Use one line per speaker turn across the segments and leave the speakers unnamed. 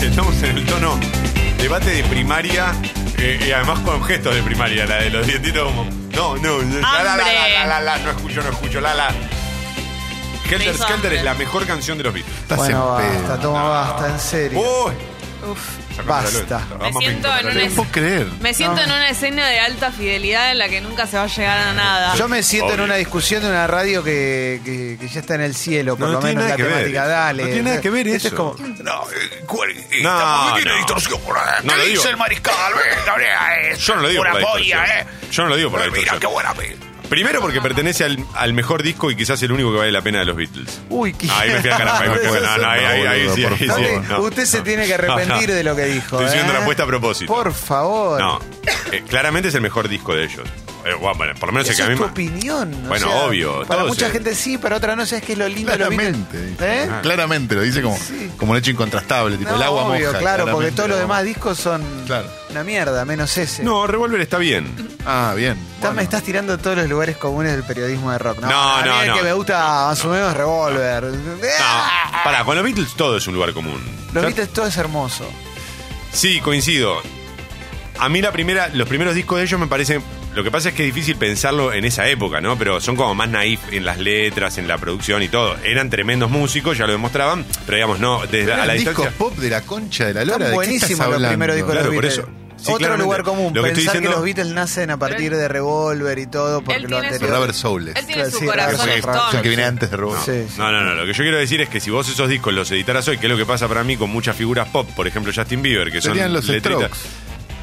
estamos en el tono debate de primaria eh, y además con gestos de primaria, la de los dientitos como. No, no, la, la, la, la, la, la, la, no escucho, no escucho, la, la.
Me
Helter
hizo
Skelter
hambre.
es la mejor canción de los Beatles.
Estás
Bueno,
en pedo.
basta, toma, basta, en serio.
¡Uy!
Uf.
Sacame
Basta.
la luz.
Me siento
a
en
la
una
luz.
No puedo creer.
Me siento en una escena de alta fidelidad en la que nunca se va a llegar a nada.
Yo me siento
Obvio.
en una discusión de una radio que, que- que ya está en el cielo, por lo
No, no tiene
menos
nada
la
que ver.
temática. Dale.
No tiene nada que ver
Esto
eso.
Es como,
No, eh, cuál- eh,
No,
tampoco tiene
no.
distorsión.
No
¿Qué
lo
dice
digo.
el mariscal? Venga, venga, eh,
Yo no lo digo
Una
por la
polla, eh.
distorsión. Yo no lo digo por la
Eh, Mira
distorsión.
qué buena pe-
Primero porque pertenece al, al mejor disco y quizás el único que vale la pena de los Beatles.
uy, qué.
Ahí me fui al carajo. ahí me fui al carajo. No, no, ahí, ahí, ahí, sí, ahí, sí,
No te-
no,
usted se
no.
tiene que arrepentir
No, no.
de lo que dijo.
Estoy haciendo
¿eh?
la apuesta a propósito.
Por favor.
No, eh, claramente es el mejor disco de ellos. Eh, bueno, bueno, por lo menos el que
Esa
a mí
es tu
me-
opinión. o
Bueno,
sea,
obvio,
Para
todos
mucha
se-
gente sí, para otra no. sé, es que es lo lindo de los
Claramente.
Beatles.
dice. Ah.
¿Eh?
Claramente lo dice como,
Sí.
como un hecho incontrastable, tipo
No,
el agua
obvio,
moja.
claro, porque
claramente
todos los
el agua
demás discos son
Claro.
una mierda, menos ese.
No, Revolver está bien.
moja. Ah, bien.
Está-
Bueno.
Me estás tirando todos los lugares comunes del periodismo de rock. No,
No,
a mí
no,
el
no.
que me gusta más o menos es Revolver.
No, pará, con los Beatles todo es un lugar común.
Ah. Los
Ya-
Beatles todo es hermoso.
Sí, coincido. A mí la primera, los primeros discos de ellos me parecen. Lo que pasa es que es difícil pensarlo en esa época, ¿no? Pero son como más naif en las letras, en la producción y todo. Eran tremendos músicos, ya lo demostraban, pero digamos, no, desde la- a la
Eran
distancia.
discos pop de la concha de la lora.
Están
¿de qué
buenísimos
estás
los
hablando?
primeros discos
Claro,
de los
por
Beatles.
eso. Sí,
Otro
claramente.
lugar
Lo
común,
que
pensar
estoy
que
diciendo-
los Beatles nacen a partir de Revolver y todo, porque
Él
lo
tiene
Los
su-
anterior.
Rubber Souls.
Él tiene
Sí,
su
sí,
corazón
sí,
de
sí,
Es el que
Stone.
viene antes de Robot.
Sí, sí.
No, no, no. Lo que yo quiero decir es que si vos esos discos los editaras hoy, que es lo que pasa para mí con muchas figuras pop, por ejemplo Justin Bieber, que
Serían
son
los
letritas.
Strokes.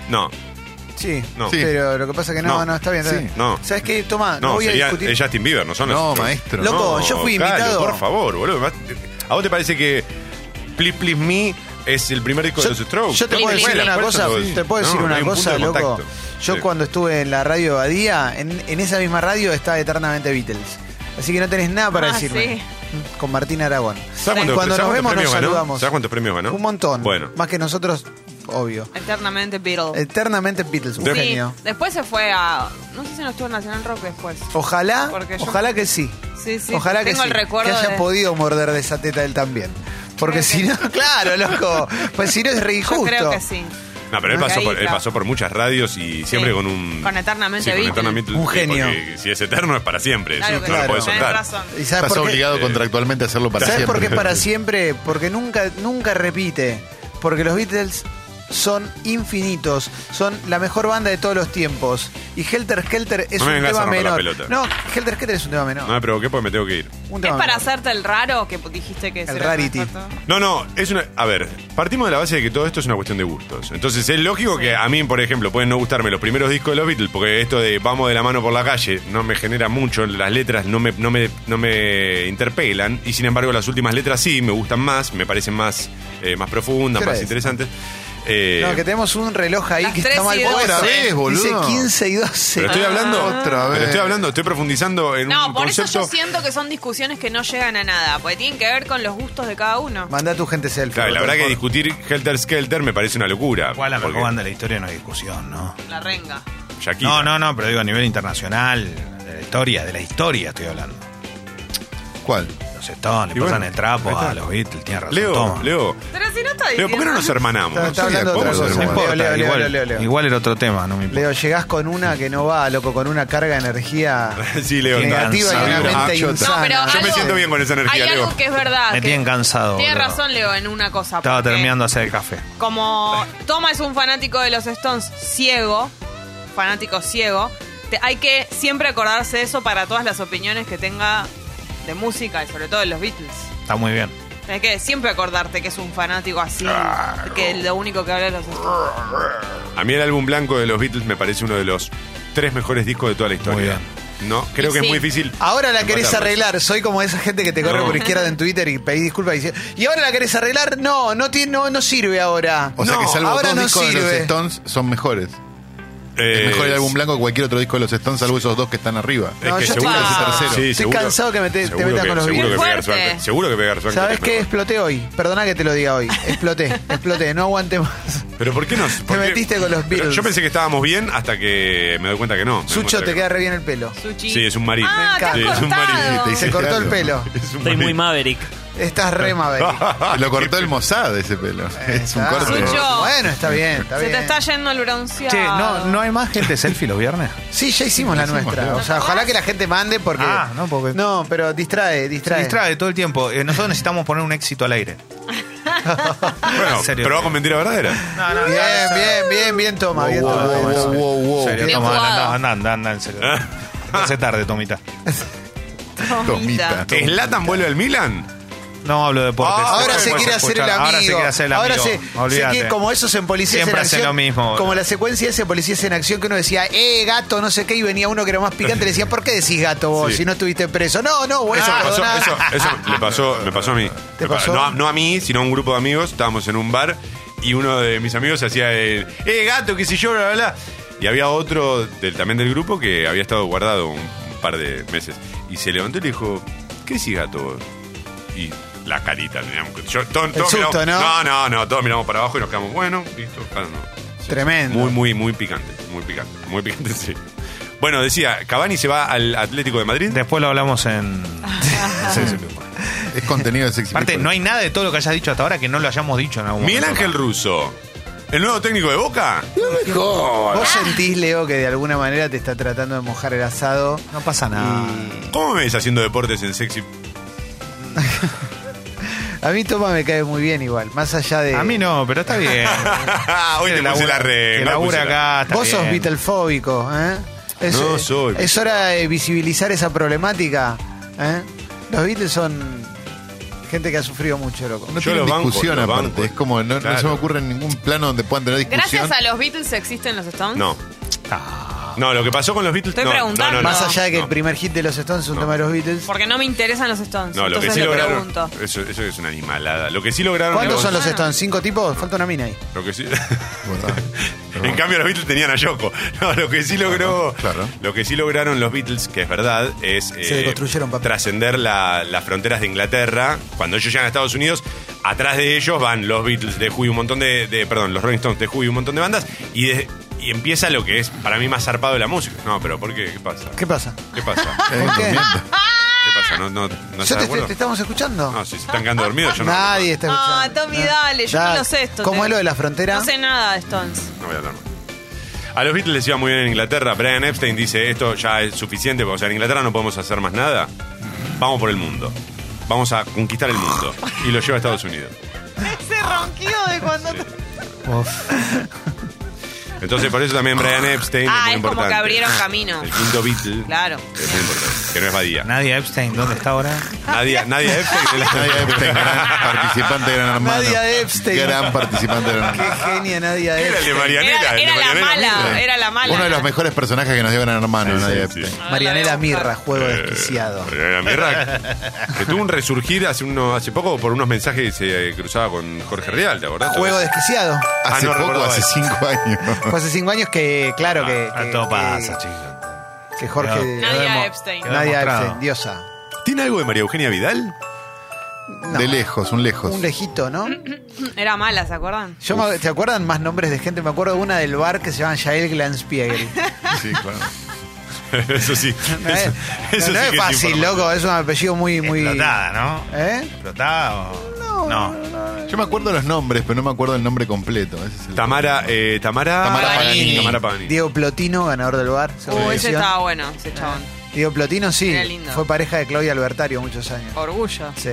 No,
Sí,
No.
Sí.
pero lo que pasa que no,
No.
no, está bien. Está
Sí.
bien.
No.
¿Sabes qué? Toma, Ah, no,
no,
voy a
serían
discutir.
es Justin Bieber, no son los
No,
Strokes.
maestro.
Loco,
No,
yo fui
Calo,
invitado.
Por favor, boludo. Vas- ¿A vos te parece que Please Please Me es el primer disco
Yo-
de los Strokes?
Yo te
No,
puedo
Please,
decir
please.
una
por eso
cosa,
lo-
te puedo
no,
decir
no
una
hay un punto
cosa,
de
loco.
contacto.
Yo
Sí.
cuando estuve en la radio Badía, en, en esa misma radio estaba eternamente Beatles. Así que no tenés nada para
Ah,
decirme. Mm,
sí.
Con Martín Aragón.
¿Sabes cuántos- sabes
cuando nos
cuántos
vemos nos
premios ganó?
saludamos.
¿Sabes cuántos premios ganó?
Un montón.
Bueno.
Más que nosotros, obvio.
Eternamente Beatle.
Eternamente Beatles, un
Sí.
Sí,
Eh, genio.
después se fue a. No sé si no estuvo en Nacional Rock después.
Ojalá,
Porque yo-
ojalá que sí.
Sí, sí.
Ojalá que
Tengo
sí,
el recuerdo.
que haya
de-
podido morder de esa teta él también. Porque
Creo
si
que
no, claro, loco. Pues si no es re
Yo
injusto.
creo que sí.
No, pero él
Una
pasó, por, él
caída.
pasó por muchas radios y siempre
Sí.
con un.
Con Eternamente
sí, con
Beatles.
Eternamente-
Un
sí,
genio.
porque Si es eterno es para siempre.
Claro
eso
que
no
sí,
lo podés
tenés
soltar.
razón.
¿Y sabes
Estás
por qué?
obligado contractualmente a hacerlo para
¿Sabes
siempre.
por qué es para siempre? Porque nunca, nunca repite. Porque los Beatles son infinitos. Son la mejor banda de todos los tiempos. Y Helter Skelter es
No me
un
vengas a
tema
romper la
menor.
pelota.
No, Helter Skelter es un tema menor.
No me provoqué porque me tengo que ir.
Un
¿Es
tema
para
menor.
hacerte el raro que dijiste que es
El
era
rarity.
más corto?
No, no, es una. A ver, partimos de la base de que todo esto es una cuestión de gustos. Entonces es lógico que a mí, por ejemplo, pueden no gustarme los primeros discos de los Beatles, porque esto de vamos de la mano por la calle no me genera mucho, las letras no me, no me, no me interpelan, y sin embargo las últimas letras sí me gustan más, me parecen más, eh, más profundas,
¿Qué hora
más
es?
interesantes. Eh,
No, que tenemos un reloj ahí
Las
que está
tres
mal
y doce.
puesto.
Otra vez, boludo.
Dice 15 y 12.
pero estoy hablando.
Otra vez.
Pero estoy hablando, estoy profundizando en
No,
un
por
concepto.
eso yo siento que son discusiones que no llegan a nada, porque tienen que ver con los gustos de cada uno.
Manda a tu gente selfie.
Claro, la
por
verdad que
favor.
discutir Helter Skelter me parece una locura.
¿Cuál la mejor
porque
banda de la historia? No hay discusión, ¿no?
La renga.
Shakira.
No, no, no, pero digo a nivel internacional, de la historia, de la historia estoy hablando.
¿Cuál?
Los Stones,
Y
le
bueno,
pasan el trapo
ahí está.
a los Beatles, tiene razón.
Leo,
toma.
Leo,
Pero si no está
Leo,
diciendo.
¿por qué no nos
Está,
hermanamos?
está
Sí,
hablando de otra
podemos
cosa.
hacer
Leo,
Importa,
Leo, Leo,
igual,
Leo, Leo, Leo.
igual era otro tema, no me importa.
Leo, llegás con una que no va, loco, con una carga de energía
Sí, Leo. está-
negativa y
está-
una
vibra-
mente
Ah,
insana.
No, pero
Yo me
algo-
siento bien con esa energía,
Hay
Leo.
algo que es verdad.
Me
que-
tienen cansado,
Tiene
boludo.
razón, Leo, en una cosa.
Estaba
porque
terminando de hacer el café.
Como Toma es un fanático de los Stones ciego, fanático ciego, te- hay que siempre acordarse de eso para todas las opiniones que tenga de música y sobre todo de los Beatles.
Está muy bien.
Hay que siempre acordarte que es un fanático así, que lo único que habla es los Stones.
A mí el álbum blanco de los Beatles me parece uno de los tres mejores discos de toda la historia. No, creo
Y
que
sí.
es muy difícil.
Ahora la querés
empatarlos.
arreglar. Soy como esa gente que te corre
No.
por izquierda en Twitter y pedís disculpas y dice, ¿y ahora la querés arreglar? No, no, tiene, no, no sirve ahora.
O sea que
No,
salvo
ahora
dos
no
discos de los
sirve.
Stones son mejores.
Eh,
es mejor el álbum blanco que cualquier otro disco de los Stones, salvo esos dos que están arriba.
es
No,
que
yo
seguro
estoy-
que es tercero.
Estoy cansado que me te- te
seguro
metas
que-
con los
seguro que
Beatles.
Pegar Swank-
Fuerte.
Seguro que Pegar Swank
¿Sabes
es
qué?
mejor.
Exploté hoy. Perdona que te lo diga hoy. Exploté, exploté. No aguanté más.
Pero ¿por qué no? por qué-
metiste con los Beatles.
Yo pensé que estábamos bien hasta que me doy cuenta que no. Me doy
Sucho,
cuenta
te
que
queda
no.
re bien el pelo.
Suchi.
Sí, es un marido.
Ah,
Me
te has
encanta.
Sí, es un marido.
cortado.
Te
Se
hice
cortó el
algo.
pelo.
Es un
Estoy muy
marido.
Maverick.
Estás re Mabel.
Ah,
Lo cortó el Mossad ese pelo. Ah, Es un
Está.
corte.
Sucho.
Bueno, está bien, está
Se
bien.
te está yendo el bronceado.
Che, no, no hay más gente selfie los viernes.
Sí, ya hicimos la nuestra. O sea, ojalá que la gente mande porque.
Ah, no, porque-
No, pero distrae,
Se
distrae.
distrae todo el tiempo. Eh, nosotros necesitamos poner un éxito al aire.
Bueno,
En serio.
pero va con mentira verdadera.
No, no,
Bien, bien, bien, bien, toma, bien,
Wow,
toma. bien,
wow,
toma.
wow, wow, wow.
En serio,
Bien
toma,
jugado.
anda, anda, anda, anda, en serio. Hace tarde, Tomita.
Tomita.
¿Slatan vuelve al Milan?
No hablo de deportes.
Ah,
Después
Ahora se
podemos
quiere hacer el
escuchar.
amigo.
Ahora se quiere hacer el amigo.
Ahora se- se
Olvídate.
quiere- como esos en policías
Siempre
en
hacen
acción.
lo mismo.
Como la secuencia esa en policías en acción que uno decía, eh, gato, no sé qué, y venía uno que era más picante y le decía, ¿por qué decís gato vos
Sí.
si no estuviste preso? No, no, bueno,
Eso, me pasó,
perdona.
eso, eso le pasó, me pasó a mí.
¿Te
Me pa-
pasó?
No, a- no a mí, sino a un grupo de amigos. Estábamos en un bar y uno de mis amigos hacía el ¡Eh, gato, qué sé yo, bla, bla, bla! Y había otro del, también del grupo que había estado guardado un, un par de meses. Y se levantó y le dijo, ¿qué decís, gato vos?" Y la carita, digamos, que yo- to- todos
susto,
miramos- No,
¿no?
no, no, todos miramos para abajo y nos quedamos, bueno, listo, claro, no.
Tremendo.
Muy, muy, muy picante, muy picante, muy picante, sí. Bueno, decía, Cavani se va al Atlético de Madrid.
Después lo hablamos en.
Ah.
Sí, sí, sí.
Es contenido de sexy.
Aparte,
People.
no hay nada de todo lo que hayas dicho hasta ahora que no lo hayamos dicho en algún
Miguel
momento.
Ángel Russo, el nuevo técnico de Boca.
¿Vos sentís, Leo, que de alguna manera te está tratando de mojar el asado?
No pasa nada.
¿Cómo me ves haciendo deportes en sexy?
A mí Toma me cae muy bien igual, más allá de...
A mí no, pero está bien.
Hoy te
Que
puse
labura-
la red.
que labura acá. está
Vos sos
bien.
vitalfóbico, ¿eh? Es,
No soy
Es hora de visibilizar esa problemática, ¿eh? Los Beatles son gente que ha sufrido mucho, loco.
No
Yo
tienen
los banco,
discusión
los
aparte.
banco.
Es como, no, no
Claro.
se me ocurre en ningún plano donde puedan tener discusión.
Gracias a los Beatles existen los Stones.
No. No, lo que pasó con los Beatles.
Estoy
no, No,
preguntando.
no, no,
Ah. Más
no.
allá de que
No.
el primer hit de los Stones es un
No.
tema de los Beatles.
Porque no me interesan los Stones.
No, lo que
entonces
sí
le
lograron.
pregunto.
Eso, eso es una animalada. Lo que sí lograron.
¿Cuántos
los-
son los
Ah.
Stones? ¿Cinco tipos? Falta una mina ahí.
Lo que sí.
Verdad.
en cambio los Beatles tenían a Yoko. No, lo que sí logró,
claro.
lo que sí lograron los Beatles, que es verdad, es eh,
deconstruyeron, papi.
trascender la- las fronteras de Inglaterra. Cuando ellos llegan a Estados Unidos, atrás de ellos van los Beatles de Who y un montón de, de- perdón, los Rolling Stones de Who y un montón de bandas y, de- y empieza lo que es para mí más zarpado de la música. No, pero ¿por qué? ¿Qué pasa?
¿Qué pasa?
¿Qué pasa?
Eh,
¿Por qué?
comiendo.
¿Qué pasa? ¿No, no, no
Yo
estás de
te,
acuerdo?
te estamos escuchando.
No, si se están quedando dormidos, yo no.
Nadie está escuchando.
Ah, Tommy, dale, yo
Da-
no lo sé esto.
¿Cómo
te-
es lo de la frontera?
No sé nada de Stones.
No voy a hablar más. A los Beatles les iba muy bien en Inglaterra. Brian Epstein dice, esto ya es suficiente, o sea, en Inglaterra no podemos hacer más nada. Vamos por el mundo. Vamos a conquistar el mundo. Y lo lleva a Estados Unidos.
Ese ronquido de cuando.
Entonces, por eso también Brian Epstein
Ah,
es muy
es como
importante.
que abrieron camino.
El quinto Beatle.
Claro.
Es muy importante. Que no es Badía.
Nadia Epstein, ¿dónde está ahora?
Nadie, nadie Epstein.
Nadia Epstein, gran participante de Gran Hermano.
Nadia Epstein.
Gran participante de Gran
Qué
Hermano.
genia, Nadia
Era el de
Epstein.
Marianela.
Era,
el de
era la
Marianela
mala,
Miller.
era la mala.
Uno de los mejores personajes que nos dio Gran Hermano,
Sí,
Nadia
sí, Ah,
Epstein.
sí.
Marianela
la voy a buscar.
Mirra, juego desquiciado.
Marianela Mirra, que tuvo un resurgir hace, uno, hace poco por unos mensajes que se eh, cruzaba con Jorge Real, ¿te acordás?
Juego desquiciado.
Ah,
Hace
no
poco,
recordaba
hace
eso.
cinco años.
Fue hace cinco años que, claro, que,
Ah,
que-
todo
que-
pasa, chicos.
que Jorge...
Quedó
Nadia
demo-
Epstein.
quedó
Nadia
demostrado.
Epstein, diosa.
¿Tiene algo de María Eugenia Vidal?
No,
De lejos, un lejos.
Un lejito, ¿no?
Era mala, ¿se acuerdan?
Yo me- ¿Te acuerdan más nombres de gente? Me acuerdo de una del bar que se llama Yael Glanspiegel.
Sí, claro.
Eso sí.
No es,
Eso-
Eh, no
eso sí
es
que
fácil,
información.
loco. Es un apellido muy... muy
Explotada, ¿no?
¿Eh?
¿Explotada o.? No.
Yo me acuerdo los nombres, pero no me acuerdo el nombre completo. Ese es el-
Tamara, eh, Tamara,
Tamara Paganini.
Tamara Paganini.
Diego Plotino, ganador del bar. segunda
Uh, ese
edición.
estaba bueno, ese chabón.
Diego Plotino, sí.
Era lindo.
Fue pareja de Claudia Albertario muchos años.
Orgullo.
Sí.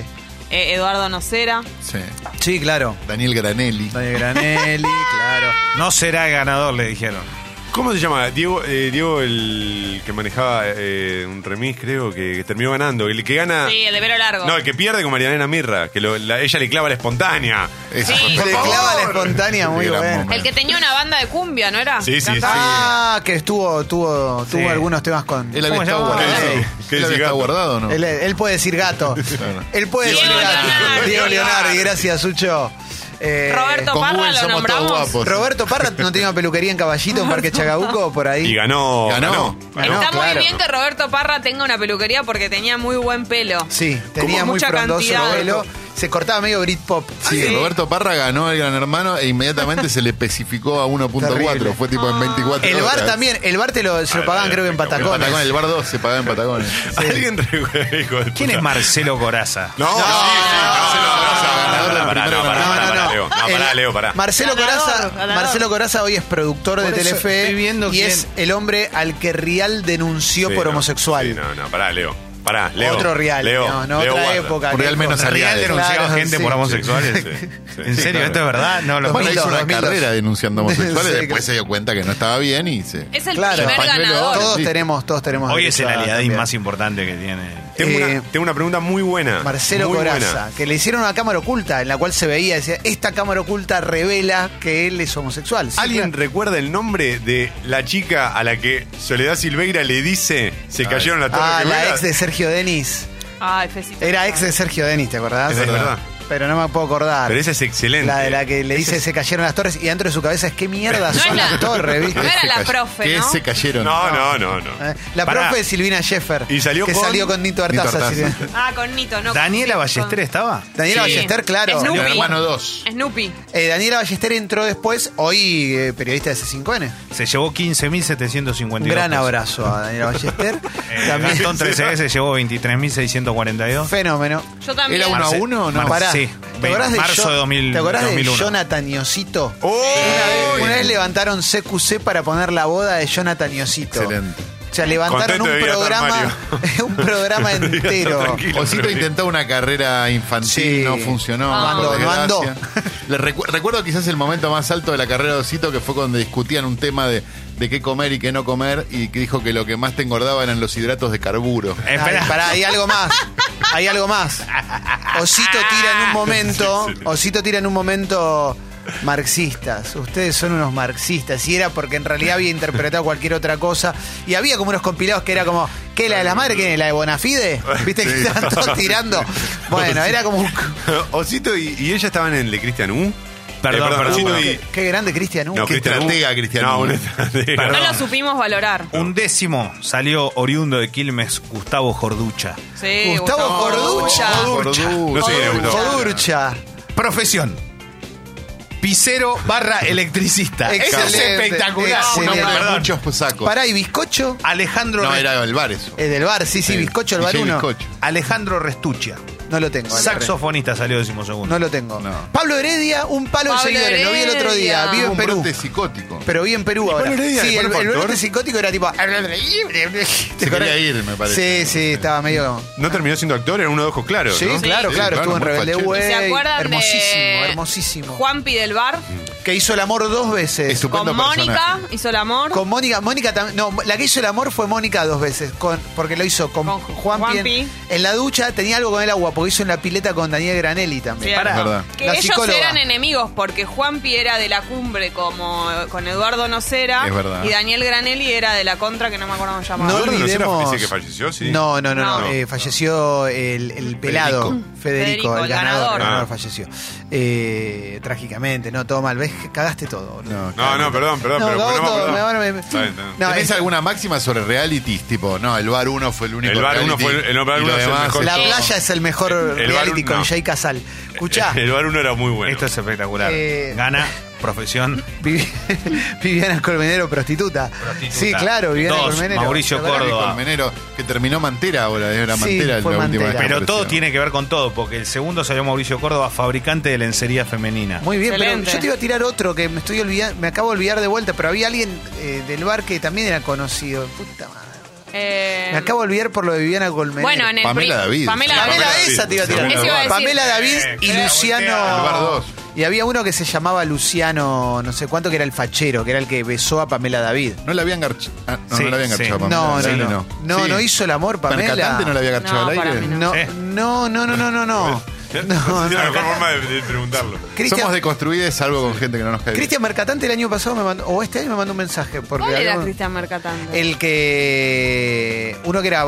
Eh, Eduardo Nocera.
Sí.
Sí, claro.
Daniel Granelli.
Daniel Granelli, claro.
No será ganador, le dijeron.
¿Cómo se llama? Diego, eh, Diego el que manejaba eh, un remis, creo, que, que terminó ganando. El que gana.
Sí, el de pelo largo.
Ah. No, el que pierde con Marianela Mirra, que lo- la- ella le clava la espontánea.
Ese
Sí.
fue-
Le
favor.
clava la espontánea, muy
Qué gran
bueno.
momento.
el que tenía una banda de cumbia, ¿no era?
Sí, sí, sí.
Ah, que estuvo, tuvo,
Sí.
tuvo algunos temas con.
Él
Él,
había
¿Cómo
estado
se llama?
guardado.
¿Qué
dice? ¿Qué
Él
dice
había estado
gato?
guardado, o ¿no?
él puede decir gato.
Claro.
Él puede
Diego
decir gato.
Leonardi.
Diego Leonardi, gracias, Sucho. Eh,
Roberto
Con
Parra
Google
lo
somos todos
nombramos.
guapos.
Roberto Parra no tenía una peluquería en Caballito, en Parque Chacabuco, por ahí.
Y ganó.
Ganó.
Ganó,
Está muy
claro.
bien que Roberto Parra tenga una peluquería porque tenía muy buen pelo.
Sí, tenía
Como
muy
mucha
frondoso el
cantidad.
pelo. se cortaba medio Britpop.
Sí,
Sí.
Roberto Parra ganó el Gran Hermano e inmediatamente se le especificó a 1.4.
Terrible.
Fue tipo en 24
El bar
horas.
también, el bar te lo, se
Ah,
lo pagaban
eh,
creo que en
venga,
En
Patagones.
Patagones, el bar 2 se pagaba en Patagones.
Alguien re- hijo de puta.
¿Quién es Marcelo Coraza?
No, sí, sí, Marcelo Coraza,
no,
ganador de la
no,
pará,
no,
no, pará,
no,
pará,
no,
pará,
no.
Leo. No, pará, Leo, pará.
Marcelo
Ganador,
Coraza,
ganador.
Marcelo Coraza hoy es productor
Por
de
eso
Telefe
estoy viendo
y
quién-
es el hombre al que Rial denunció
Sí,
por
no,
homosexual.
sí, no, no, pará, Leo. Pará, Leo.
Otro Rial,
Leo,
no, no,
Leo
otra
guarda.
época.
Un Rial
Lejos.
menos salida.
Real denunciaba
Claro,
gente
sí.
por homosexuales.
Sí, sí,
¿En
sí,
serio?
claro.
¿Esto es verdad? No, lo
Bueno, hizo una
2002.
carrera denunciando homosexuales,
Sí,
después
claro.
se dio cuenta que no estaba bien y se...
Es el
Claro.
primer
Pañuelo
ganador.
oro.
Todos
Sí.
tenemos, todos tenemos.
Hoy es el
derecho a
aliadín
cambiar.
más importante que tiene.
Tengo,
Eh,
una, tengo una pregunta muy buena.
Marcelo
muy
Coraza,
buena.
que le hicieron una cámara oculta en la cual se veía, decía, esta cámara oculta revela que él es homosexual. Sí,
¿Alguien
claro.
recuerda el nombre de la chica a la que Soledad Silveira le dice se cayeron las torres
Ah, la
gemelas?
ex de Sergio Denis.
Ay, Fecito.
Era ex de Sergio Denis, ¿te acordás?
Es verdad.
Pero no me puedo acordar.
Pero esa es excelente.
La de la que le dice se cayeron las torres y dentro de su cabeza es qué mierda
No
son
era-
las torres, ¿viste?
No era
Se
la
cay-
profe,
que
¿no?
se cayeron.
No, no, no, no.
Eh, La
Pará.
profe de Silvina Sheffer.
Y salió
que
con-
salió con Nito
Nito
Artaza.
Artaza.
Silvina.
Ah, con Nito, no. con-
¿Daniela
con-
Ballester estaba?
Daniela
Sí.
Ballester, claro.
Snoopy.
El hermano 2.
Snoopy.
Eh, Daniela Ballester entró después, hoy eh, periodista de C5N.
Se llevó 15.752.
Un gran
pesos.
abrazo a Daniela Ballester.
Eh,
También
Gastón 13 se llevó 23.642.
fenómeno.
Yo también.
Era uno a
Marce-
uno o no?
Marce-
Pará.
sí.
¿Te acordás de,
Marzo
Jo-
de 2000
¿te acordás de
2001.
Jonathan Iosito?
¡Oh!
Una vez levantaron CQC para poner la boda de Jonathan Iosito.
Excelente.
O sea, levantaron
Contento
un
de ir a estar
programa, un programa entero.
tranquilo.
Osito intentó una carrera infantil,
Sí. Ah.
no funcionó.
No
por
andó, no andó.
desgracia. Le recu- recuerdo quizás el momento más alto de la carrera de Osito, que fue cuando discutían un tema de, de qué comer y qué no comer, y que dijo que lo que más te engordaba eran los hidratos de carburo.
Eh, Espera.
Ay, pará, hay algo más. Hay algo más. Osito tira en un momento.
Ah, Sí, sí.
Osito tira en un momento. Marxistas, ustedes son unos marxistas. Y era porque en realidad había interpretado cualquier otra cosa. Y había como unos compilados que era como, ¿qué? ¿La de las madres? ¿Quién es? ¿La de Bonafide? ¿Viste que
Sí.
estaban todos tirando? Bueno, era como un.
Osito y, y ella estaban en el de Cristian U.
Perdón, perdón.
Osito
Uy,
y-
Qué, qué grande, Cristian. uh,
no,
qué-
Cristian U.
estratega, Cristian
No,
U.
un estratega.
Perdón.
No lo supimos valorar.
Un décimo salió oriundo de Quilmes Gustavo Jorducha.
Sí,
Gustavo Eh, Corducha.
Gorducha.
No sé, le gustó.
Jodurcha.
Profesión. Pisero barra electricista. Eso es
Ah, Excelente,
espectacular.
excelente.
Un hombre,
Perdón.
Perdón.
perdón.
Muchos sacos.
Pará, ¿y bizcocho?
Ah.
Alejandro,
No,
Re-
era el bar eso.
Es del bar, sí, sí, bizcocho, el bar
DJ
uno.
Bizcocho.
Alejandro Restuccia.
No lo tengo.
Saxofonista salió décimo segundo.
No lo tengo.
No.
Pablo Heredia, un palo
Pablo
de seguidores. Lo vi el otro día.
Heredia.
Vive
Tuvo
en
un
Perú.
brote psicótico.
Pero vi en Perú ahora.
Heredia,
sí,
¿de
el,
cuál fue
el
actor?
brote psicótico era tipo.
Se quería ir, me parece.
Sí, sí, estaba medio.
No terminó siendo actor, era uno de ojos claros.
Sí,
¿no?
claro,
Sí,
claro,
claro,
estuvo en
muy
Rebelde
fachero.
Way.
¿Se acuerdan
Hermosísimo,
de
hermosísimo.
Juanpi del Bar?
Que hizo el amor dos veces.
Estupendo
Con Mónica
personaje.
hizo el amor.
Con Mónica, Mónica también. No, la que hizo el amor fue Mónica dos veces. Con, porque lo hizo con,
Con
Juan,
Juanpi.
En, en la ducha tenía algo con el agua, porque hizo en la pileta con Daniel Granelli también.
Cierto.
Es verdad.
Que
La
ellos
psicóloga.
eran enemigos porque Juanpi era de la cumbre como eh, con Eduardo Nocera
Es verdad.
y Daniel Granelli era de la contra que no me acuerdo cómo se llamaba.
No
Eduardo Nocera
olvidemos.
fue ese que falleció, sí.
No, no, no, no.
No.
eh, falleció el, el pelado, Federico,
Federico,
el
el
ganador.
ganador.
El ganador
Ah.
falleció. Eh, trágicamente, no, todo mal. ¿Ves? Cagaste todo, boludo.
No,
No, no, perdón, perdón.
No,
pero
Gauto,
bueno, perdón.
me- ahora me-
Está bien, está bien.
No,
¿Tenés
es-
alguna máxima sobre realities? Tipo, no, el bar 1 fue el único.
El Bar Uno
reality,
fue el- el Bar
y
Uno
lo
es el
demás
mejor.
La
todo.
playa es el mejor
El- el
reality
Baru-
con
no. Eh,
Jay Casal. Escuchá,
El bar uno era muy bueno.
Esto es espectacular.
Eh,
Gana, profesión.
Vivi- Viviana Colmenero, prostituta. Sí, claro, Viviana
Dos,
Colmenero.
Mauricio
¿Te acordás?
Córdoba.
Nico Menero, que terminó Mantera ahora, era
Sí,
Mantera
fue
la última
Mantera.
vez que
Pero todo
apareció.
tiene que ver con todo, porque el segundo salió Mauricio Córdoba, fabricante de lencería femenina.
Muy bien,
Excelente.
pero yo te iba a tirar otro que me estoy olvidando, me acabo de olvidar de vuelta, pero había alguien eh, del bar que también era conocido. Puta madre.
Eh,
Me acabo de olvidar por lo de Viviana Colmenero.
bueno, en el
Pamela
pri-
David.
Pamela
Pamela,
David.
David.
esa te iba a tirar.
Eso iba a decir.
Pamela David y
Eh, que
Luciano.
la
voltea. El bar dos.
Y había uno que se llamaba Luciano, no sé cuánto, que era el fachero, que era el que besó a Pamela David.
No la habían garchado. no,
Sí,
no la habían
sí.
garchado. Pamela,
No, no,
sí,
no. No,
Sí.
no hizo el amor, Pamela.
Percatante no la había garchado
No,
al
para
aire.
mí no.
No,
Eh.
no, no, no, no, no, no.
Es la
no.
mejor forma de, de preguntarlo.
Cristian,
Somos deconstruidos, salvo con gente que no nos cae. bien.
Cristian Mercatante el año pasado me mandó, o este año me mandó un mensaje. Porque
¿Cuál era
hablamos-
Cristian Mercatante?
El que. Uno que era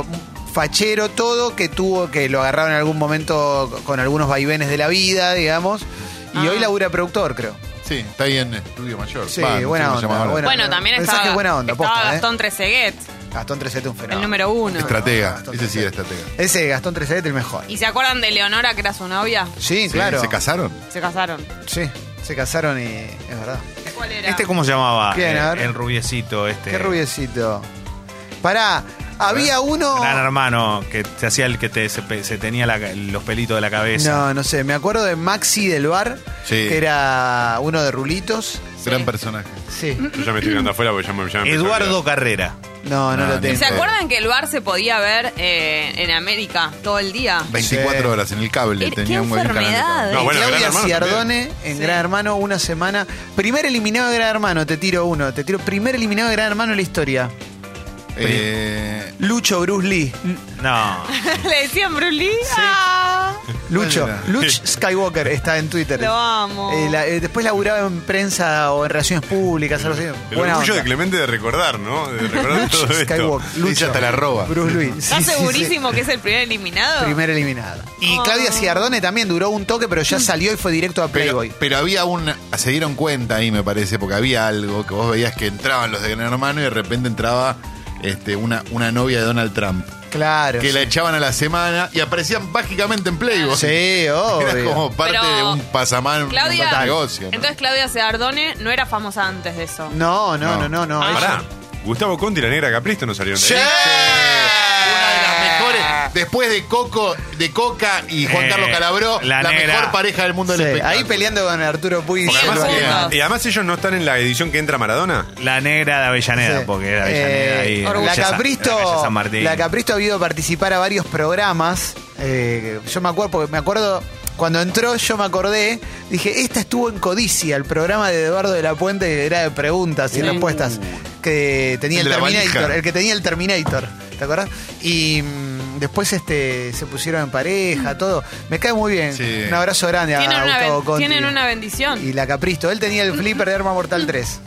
fachero todo, que tuvo, que lo agarraron en algún momento con algunos vaivenes de la vida, digamos. Y
Ah.
hoy labura productor, creo.
Sí, está ahí en Estudio Mayor.
Sí,
Va, no sé
buena
cómo se
onda,
llama ahora.
buena
bueno, también
mensaje
estaba,
buena onda,
estaba
posta, ¿eh?
Gastón Treseguet.
Gastón Tresete un fenómeno.
El número uno.
Estratega.
Gastón
Ese sí era
Tresete.
estratega.
Ese Gastón Tresete el mejor.
¿Y se acuerdan de Leonora, que era su novia?
Sí,
Sí,
claro.
¿Se casaron?
Se casaron.
Sí, se casaron y es verdad.
¿Cuál era?
¿Este cómo se llamaba?
¿Quién? A
El,
ver.
el rubiecito este.
Qué rubiecito. Pará, había uno.
Gran hermano que se hacía el que te, se, pe- se tenía la- los pelitos de la cabeza.
No, no sé, me acuerdo de Maxi del bar,
Sí.
que era uno de Rulitos.
Gran personaje.
Sí.
Yo ya me estoy quedando afuera porque ya me. ya me empezó a
Eduardo
olvidar.
Carrera.
No, no,
No,
lo
ni
tengo.
¿Se
idea.
acuerdan que el bar se podía ver eh, en América todo el día?
24
Sí.
horas en el cable.
Qué
Tenía un buen canal de
enfermedad,
cable.
¿eh?
No, bueno, Gran
Claudia
Hermano
Ciardone en
Sí.
Gran Hermano, una semana. Primer eliminado de Gran Hermano, te tiro uno. Te tiro primer eliminado de Gran Hermano en la historia.
Eh,
Lucho Bruce Lee. L-
No.
Le decían Bruce Lee. Ah,
Lucho.
¿Cuál era?
Luch Skywalker está en Twitter.
Lo amo.
Eh, la- eh, después laburaba en prensa o en relaciones públicas, algo así.
El
Buena
orgullo
onda.
de Clemente de recordar, ¿no? De recordar todo
Luch
esto.
Skywalker.
Lucho.
Lucho.
hasta la roba.
Bruce Lee. Sí,
¿Estás
sí, sí.
segurísimo que es el primer eliminado?
Primer eliminado. Y
Oh.
Claudia Ciardone también duró un toque, pero ya salió y fue directo a
Pero,
Playboy.
pero había un. Se dieron cuenta ahí, me parece, porque había algo que vos veías que entraban los de Gran Hermano y de repente entraba este, una, una novia de Donald Trump.
claro.
que la
sí.
echaban a la semana y aparecían mágicamente en Playboy.
Sí,
Era
obvio.
como parte
Pero-
de un pasamano, un
Claudia.
negocio. ¿no?
Entonces Claudia Seardone no era famosa antes de eso.
No, no, no, no, no.
Ah.
ella-
Pará. Gustavo Conti y la negra Capristo no salieron de
Sí.
ahí.
Una de las mejores. Después de Coco, de Coca y Juan
Eh,
Carlos Calabró,
la
la,
negra.
mejor pareja del mundo
Sí,
del espectáculo.
ahí peleando con Arturo Puig.
Porque
Silva.
además-
Bien.
Y además ellos no están en la edición que entra Maradona.
La negra de Avellaneda,
Sí.
porque era Avellaneda
Eh,
ahí. en
la
la calle Sa- en la calle
Capristo,
San Martín.
la Capristo ha habido participar a varios programas. eh, yo me acuerdo, porque me acuerdo cuando entró, yo me acordé, dije, esta estuvo en Codicia, el programa de Eduardo de la Puente que era de preguntas y respuestas que tenía
El
el,
de la
Terminator,
valija.
el que tenía el Terminator, ¿te acordás? Y mm, después este se pusieron en pareja, todo. Me cae muy bien.
Sí.
Un abrazo grande a
Tienen, una,
Gustavo
ben-
Conti.
tienen una bendición.
Y la Capristo, él tenía el flipper de Arma Mortal 3.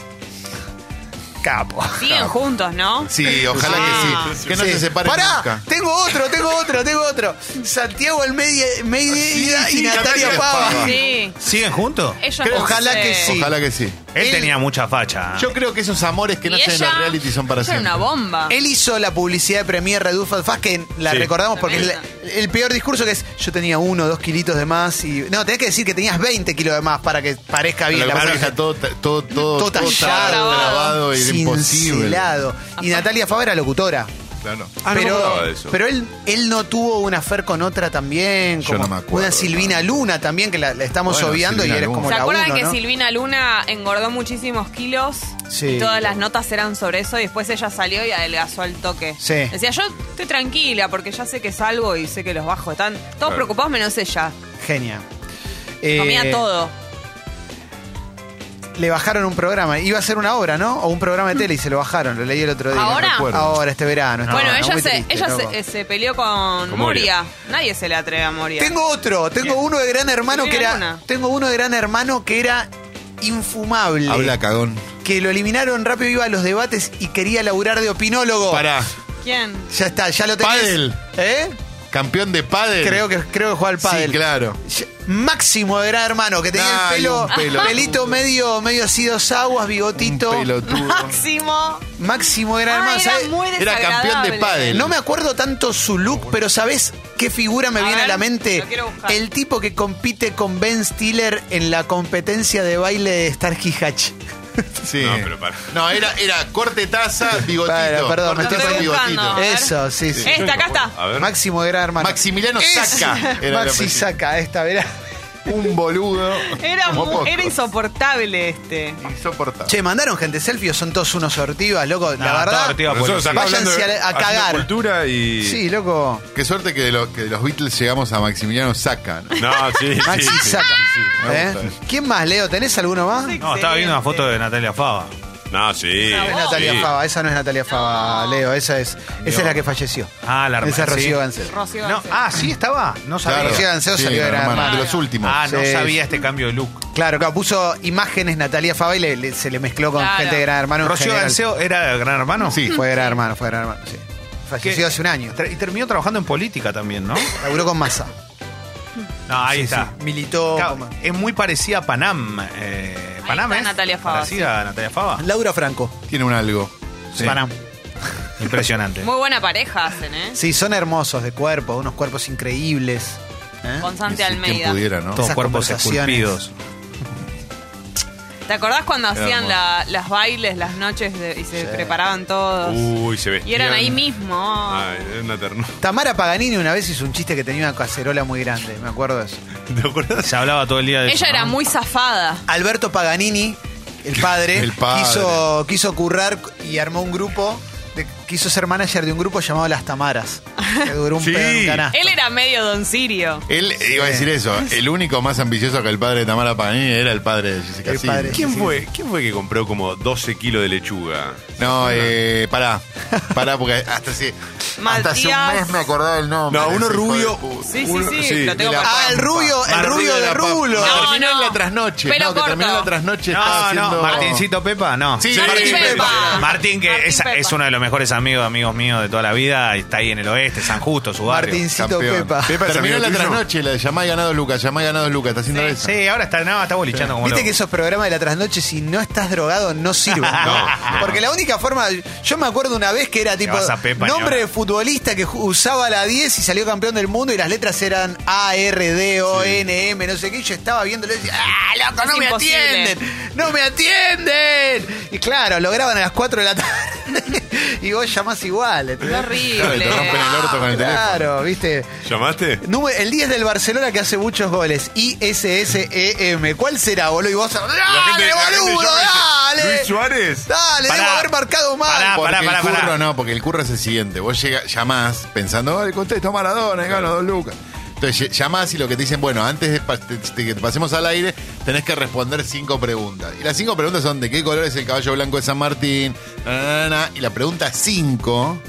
Capo.
Siguen juntos, ¿no?
Sí, ojalá
Ah.
que sí. Que no
Sí.
se separen
Pará,
nunca.
tengo otro, tengo otro, tengo otro. Santiago el Media
Ah, Sí,
y
sí,
Natalia
Natalia
Pava.
Pava.
Sí.
¿Siguen juntos?
Ellos
Creo-
no
Ojalá
se-
que sí.
Ojalá que sí.
Él,
Él-
tenía mucha
Ah.
facha.
Yo creo que esos amores que
Y
nacen en
ella-
los reality son para
ella era
siempre.
una bomba.
Él hizo la publicidad de Premier Reduce Fat Fast, que la
Sí.
recordamos porque es la- el,
Tremenda.
peor discurso que es yo tenía uno, dos kilitos de más y. No, tenés que decir que tenías 20 kilos de más para que parezca bien
Lo que
la
pasa es que
marca.
está todo, todo, todo,
Todo tallado.
grabado y era imposible.
Cincelado. Y Natalia Fava era locutora.
Claro.
Ah, no me
pero
acordaba de eso.
pero él, él no tuvo una fer con otra también.
Yo
Como
no me acuerdo,
Una Silvina Luna también, que la, la estamos
Bueno,
obviando
Silvina
y eres
Luna.
como
¿Se
la
acuerdan
uno,
que
¿no?
Silvina Luna engordó muchísimos kilos?
Sí.
Y todas las notas eran sobre eso y después ella salió y adelgazó al toque.
Sí.
Decía, yo estoy tranquila porque ya sé que salgo y sé que los bajo. Están todos
Claro.
preocupados menos ella.
Genia.
Comía
Eh,
todo.
Le bajaron un programa. Iba a ser una obra, ¿no? O un programa de tele y se lo bajaron. Lo leí el otro día. no
Mm. ¿Ahora?
recuerdo. Ahora, este verano. este
bueno,
verano.
ella,
Muy
se,
triste,
ella
loco.
se, eh, se peleó con,
Con Moria.
Moria. Nadie se le atreve a Moria.
Tengo otro. Tengo uno de gran hermano que
Silvina
era.
Luna.
Tengo uno de gran hermano que era infumable.
Habla cagón.
que lo eliminaron rápido, iba a los debates y quería laburar de opinólogo.
Pará.
¿Quién?
Ya está, ya lo tenés.
Pádel.
¿Eh?
Campeón de pádel.
Creo que, creo que juega al pádel.
Sí, claro.
Ya- Máximo de gran hermano, que tenía
Ay,
el pelo,
un pelotudo.
pelito medio, medio así dos aguas, bigotito.
Un pelotudo.
Máximo.
Máximo de gran
Ah,
hermano.
era
¿sabes? Eh,
muy
Era campeón de
desagradable.
pádel.
No me acuerdo tanto su look, pero ¿sabés qué figura me
A
viene a
ver,
la mente?
lo quiero buscar.
El tipo que compite con Ben Stiller en la competencia de baile de Starkey Hatch.
Sí.
No, pero para.
No, era, era corte taza, bigotito.
Para, perdón, me
corte
estoy Eh,
taza,
buscando.
bigotito.
A ver.
Eso, sí, sí.
Esta, acá está.
A ver.
Máximo de gran hermano.
Maximiliano
Es-
Saca. era el
Maxi
apellido.
saca esta, verá.
Un boludo.
Era,
como
mu-
pocos.
era insoportable este.
Insoportable.
Che, mandaron gente selfie o son todos unos sortivas, loco.
No,
la
estaba
verdad.
Ortiva
Nosotros
Policía.
acá
Váyanse
hablando de-
a- a
haciendo
cagar.
cultura y.
Sí, loco.
Qué suerte que de, lo- que de los Beatles llegamos a Maximiliano Saca. ¿no?
No, sí,
Maxi
sí. sí.
saca.
me
¿Eh?
gusta.
¿Quién más, Leo? ¿Tenés alguno más?
Sí.
No, estaba viendo una foto de Natalia Fava.
No, sí.
No,
No es Natalia
Sí.
Fava, esa no es Natalia Fava, Leo, esa es, esa es la que falleció.
Ah, la
Esa es
hermana,
Rocío
sí.
Gancedo.
Rocío
No,
García.
ah, sí, estaba. No sabía.
Rocío Gancedo salió de
la
Gran
hermana,
Hermano.
de los últimos.
Ah, no
Sí,
sabía este cambio de look.
Claro, claro, puso imágenes Natalia Fava y le- le- se le mezcló con
Claro.
gente de Gran Hermano. en
¿Rocío
general.
Ganseo era Gran Hermano?
Sí.
Fue Gran Hermano, fue Gran Hermano, sí. Falleció
¿Qué?
hace un año.
Tra- Y terminó trabajando en política también, ¿no?
Laburó con Massa.
No, ahí
Sí,
está.
sí. Militó.
Claro,
con Massa.
Es muy parecida a Panam. eh,
Ahí
Panam
está
es
Natalia Fava,
Parecida a Natalia Fava.
Laura Franco.
Tiene un algo.
Sí.
Panam.
Impresionante.
Muy buena pareja hacen, ¿eh?
Sí, son hermosos de cuerpo, unos cuerpos increíbles. ¿eh?
Con Santi
Si- Quien
Almeida.
pudiera, ¿no?
Todos
Esas
cuerpos
conversaciones.
esculpidos.
¿Te acordás cuando hacían
hermoso.
la- las bailes las noches de- y se
Sí.
preparaban todos?
Uy, se vestían.
y eran ahí mismo.
Uh, Ay, es una ternura.
Tamara Paganini una vez hizo un chiste que tenía una cacerola muy grande, me acuerdo de eso.
¿Te acuerdas?
Se hablaba todo el día de eso,
Ella era
¿no?
muy zafada.
Alberto Paganini, el padre,
El padre.
Quiso, quiso currar y armó un grupo, de- quiso ser manager de un grupo llamado Las Tamaras. Que duró un
Sí.
pedo en un canasto.
Él era medio don Sirio.
Él iba a decir eso. El único más ambicioso que el padre de Tamara Panini era el padre de Jessica
El
Silva.
padre.
¿Quién
Sí.
fue? ¿Quién fue que compró como 12 kilos de lechuga?
No, eh, pará. Pará, porque hasta hace, hasta hace un
Matías.
mes me acordaba el nombre.
No, uno
Ese hijo de
rubio.
puta.
Sí, sí,
Uno-
sí,
sí,
lo tengo
de la-
papá.
Ah, el rubio, el
Martín
rubio de
Pampa.
rulo.
No,
terminó en
no.
la trasnoche.
Pelo
no, que terminó en la
corto.
trasnoche. estaba
No, no,
haciendo-
Martincito Pepa, no.
Sí,
Sí,
Martín
Martín
Pepa.
Pepa.
Martín, que
Martín
es,
Pepa.
es uno de los mejores amigos, amigos míos de toda la vida, y está ahí en el oeste, San Justo, su barrio.
Martincito
Campeón.
Pepa.
Pepa. es amigo
Terminó en la
tuyo.
trasnoche, la de llamá y ganado Lucas, llamá y ganado Lucas, está haciendo eso.
Sí, ahora está, no, está bolichando como
Viste
loco.
que esos programas de la trasnoche, si no estás drogado, no sirven.
No, no.
Porque la única forma. Yo me acuerdo una vez que era tipo.
vas a Pepa,
nombre
ni
de futbolista que ju- usaba la 10 y salió campeón del mundo y las letras eran A, R, D, O, N, M, no sé qué. Y yo estaba viéndolo y decía, ¡Ah, loco, no
Es
me
imposible.
atienden! ¡No me atienden! Y claro, lo graban a las 4 de la tarde. y vos llamás igual.
Qué
¿entendés?
Claro, y te
horrible.
rompen el orto con el teléfono.
Claro, viste.
¿Llamaste?
Número- El 10 del Barcelona que hace muchos goles. ISSEM. E ¿Cuál será, boludo? Y vos. ¡Dale, boludo! ¡Dale!
Luis Suárez.
¡Dale!
Pará.
Debo haber marcado mal.
Ah, Pará,
Porque
pará,
el
pará.
curro no, porque el curro es el siguiente. Vos llega, llamás pensando, ay, contesto Maradona, y gano dos lucas. Entonces ll- llamás y lo que te dicen, bueno, antes de pa- te- te- que te pasemos al aire, tenés que responder cinco preguntas. Y las cinco preguntas son de qué color es el caballo blanco de San Martín, na, na, na, na. y la pregunta cinco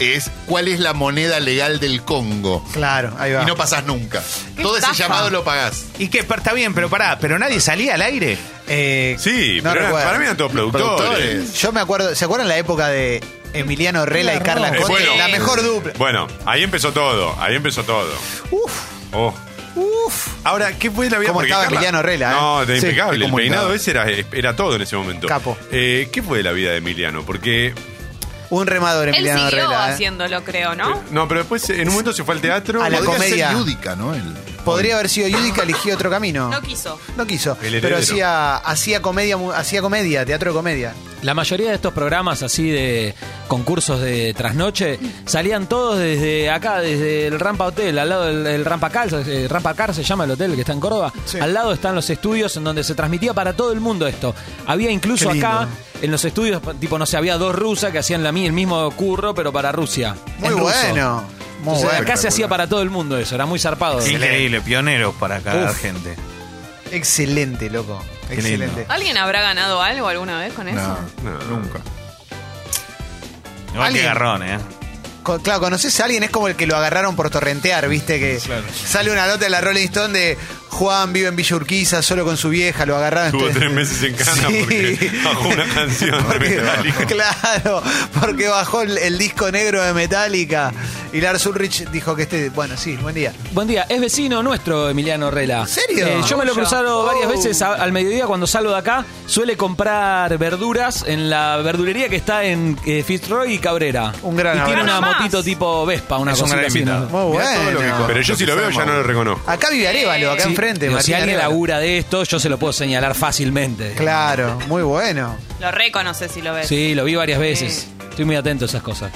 es cuál es la moneda legal del Congo.
Claro, ahí va.
Y no pasás nunca.
Qué
Todo ese
estafa.
llamado lo pagás.
Y que está bien, pero pará, pero nadie salía al aire.
Eh,
Sí,
no
pero era-
recuerdo.
para mí eran todos productores.
Productores.
Yo me acuerdo. ¿Se acuerdan la época de Emiliano Rela y Carla
Eh,
Conte?
bueno.
la mejor dupla.
Bueno, ahí empezó todo, ahí empezó todo.
Uf,
Oh.
uf.
Ahora, ¿qué fue la vida?
¿Cómo
Porque
estaba Emiliano Rela, eh?
No, de
Sí,
impecable.
qué
el
comunicado.
peinado ese era, era todo en ese momento.
Capo.
Eh, ¿Qué fue de la vida de Emiliano? Porque
Un remador
Él
Emiliano
siguió
Rela. eh.
haciééndolo, creo, ¿no?
No, pero después eh, en un momento se fue al teatro.
A la
Podría
comedia.
ser Yudica, ¿no? El-
Podría haber sido Yudica, eligió otro camino.
No quiso.
No quiso.
El heredero.
Pero hacía, hacía comedia, mu- hacía comedia, teatro de comedia.
La mayoría de estos programas así de concursos de trasnoche salían todos desde acá, desde el Rampa Hotel, al lado del, del Rampa Cal, eh, Rampa Car se llama el hotel que está en Córdoba.
Sí.
Al lado están los estudios en donde se transmitía para todo el mundo esto. Había incluso
Qué lindo.
acá en los estudios, tipo, no sé, había dos rusas que hacían la, mi- el mismo curro, pero para Rusia.
Muy
en ruso.
bueno. Muy
Entonces,
bueno.
acá se hacía para todo el mundo eso, era muy zarpado.
Increíble, pioneros para cada
Uf.
gente.
Excelente, loco.
Qué
Excelente.
lindo.
¿Alguien habrá ganado algo alguna vez con eso?
No,
No.
nunca.
Igual que
Alguien-
garrón, ¿eh?
Co- claro, conoces a alguien, es como el que lo agarraron por torrentear, viste que sale una nota de la Rolling Stone de Juan vive en Villa Urquiza solo con su vieja, lo agarraron.
Estuvo
entonces-
tres meses en Cana
Sí.
porque bajó una canción de
Porque-
Metallica.
claro, porque bajó el, el disco negro de Metallica y Lars Ulrich dijo que este, bueno, sí, buen día.
Buen día, es vecino nuestro Emiliano Rela. Eh,
¿En serio?
yo me lo he
Orgullo.
cruzado varias
Oh.
veces a- al mediodía cuando salgo de acá. Suele comprar verduras en la verdulería que está en eh, Fitzroy y Cabrera.
Un gran
Y tiene
abrazo.
una
Nada más.
motito tipo Vespa, una
Es un
cosa
gran
así. ¿no?
invitado.
Muy
Mirá todo lo que
bueno.
Pero yo si lo veo ya no lo reconozco.
Acá vive Arevalo, acá
Sí,
enfrente,
digo, si
Martín
alguien
Arevalo.
labura de esto, yo se lo puedo señalar fácilmente.
Claro, muy bueno.
Lo reconoces si lo ves.
Sí, lo vi varias veces.
Sí.
Estoy muy atento a esas cosas.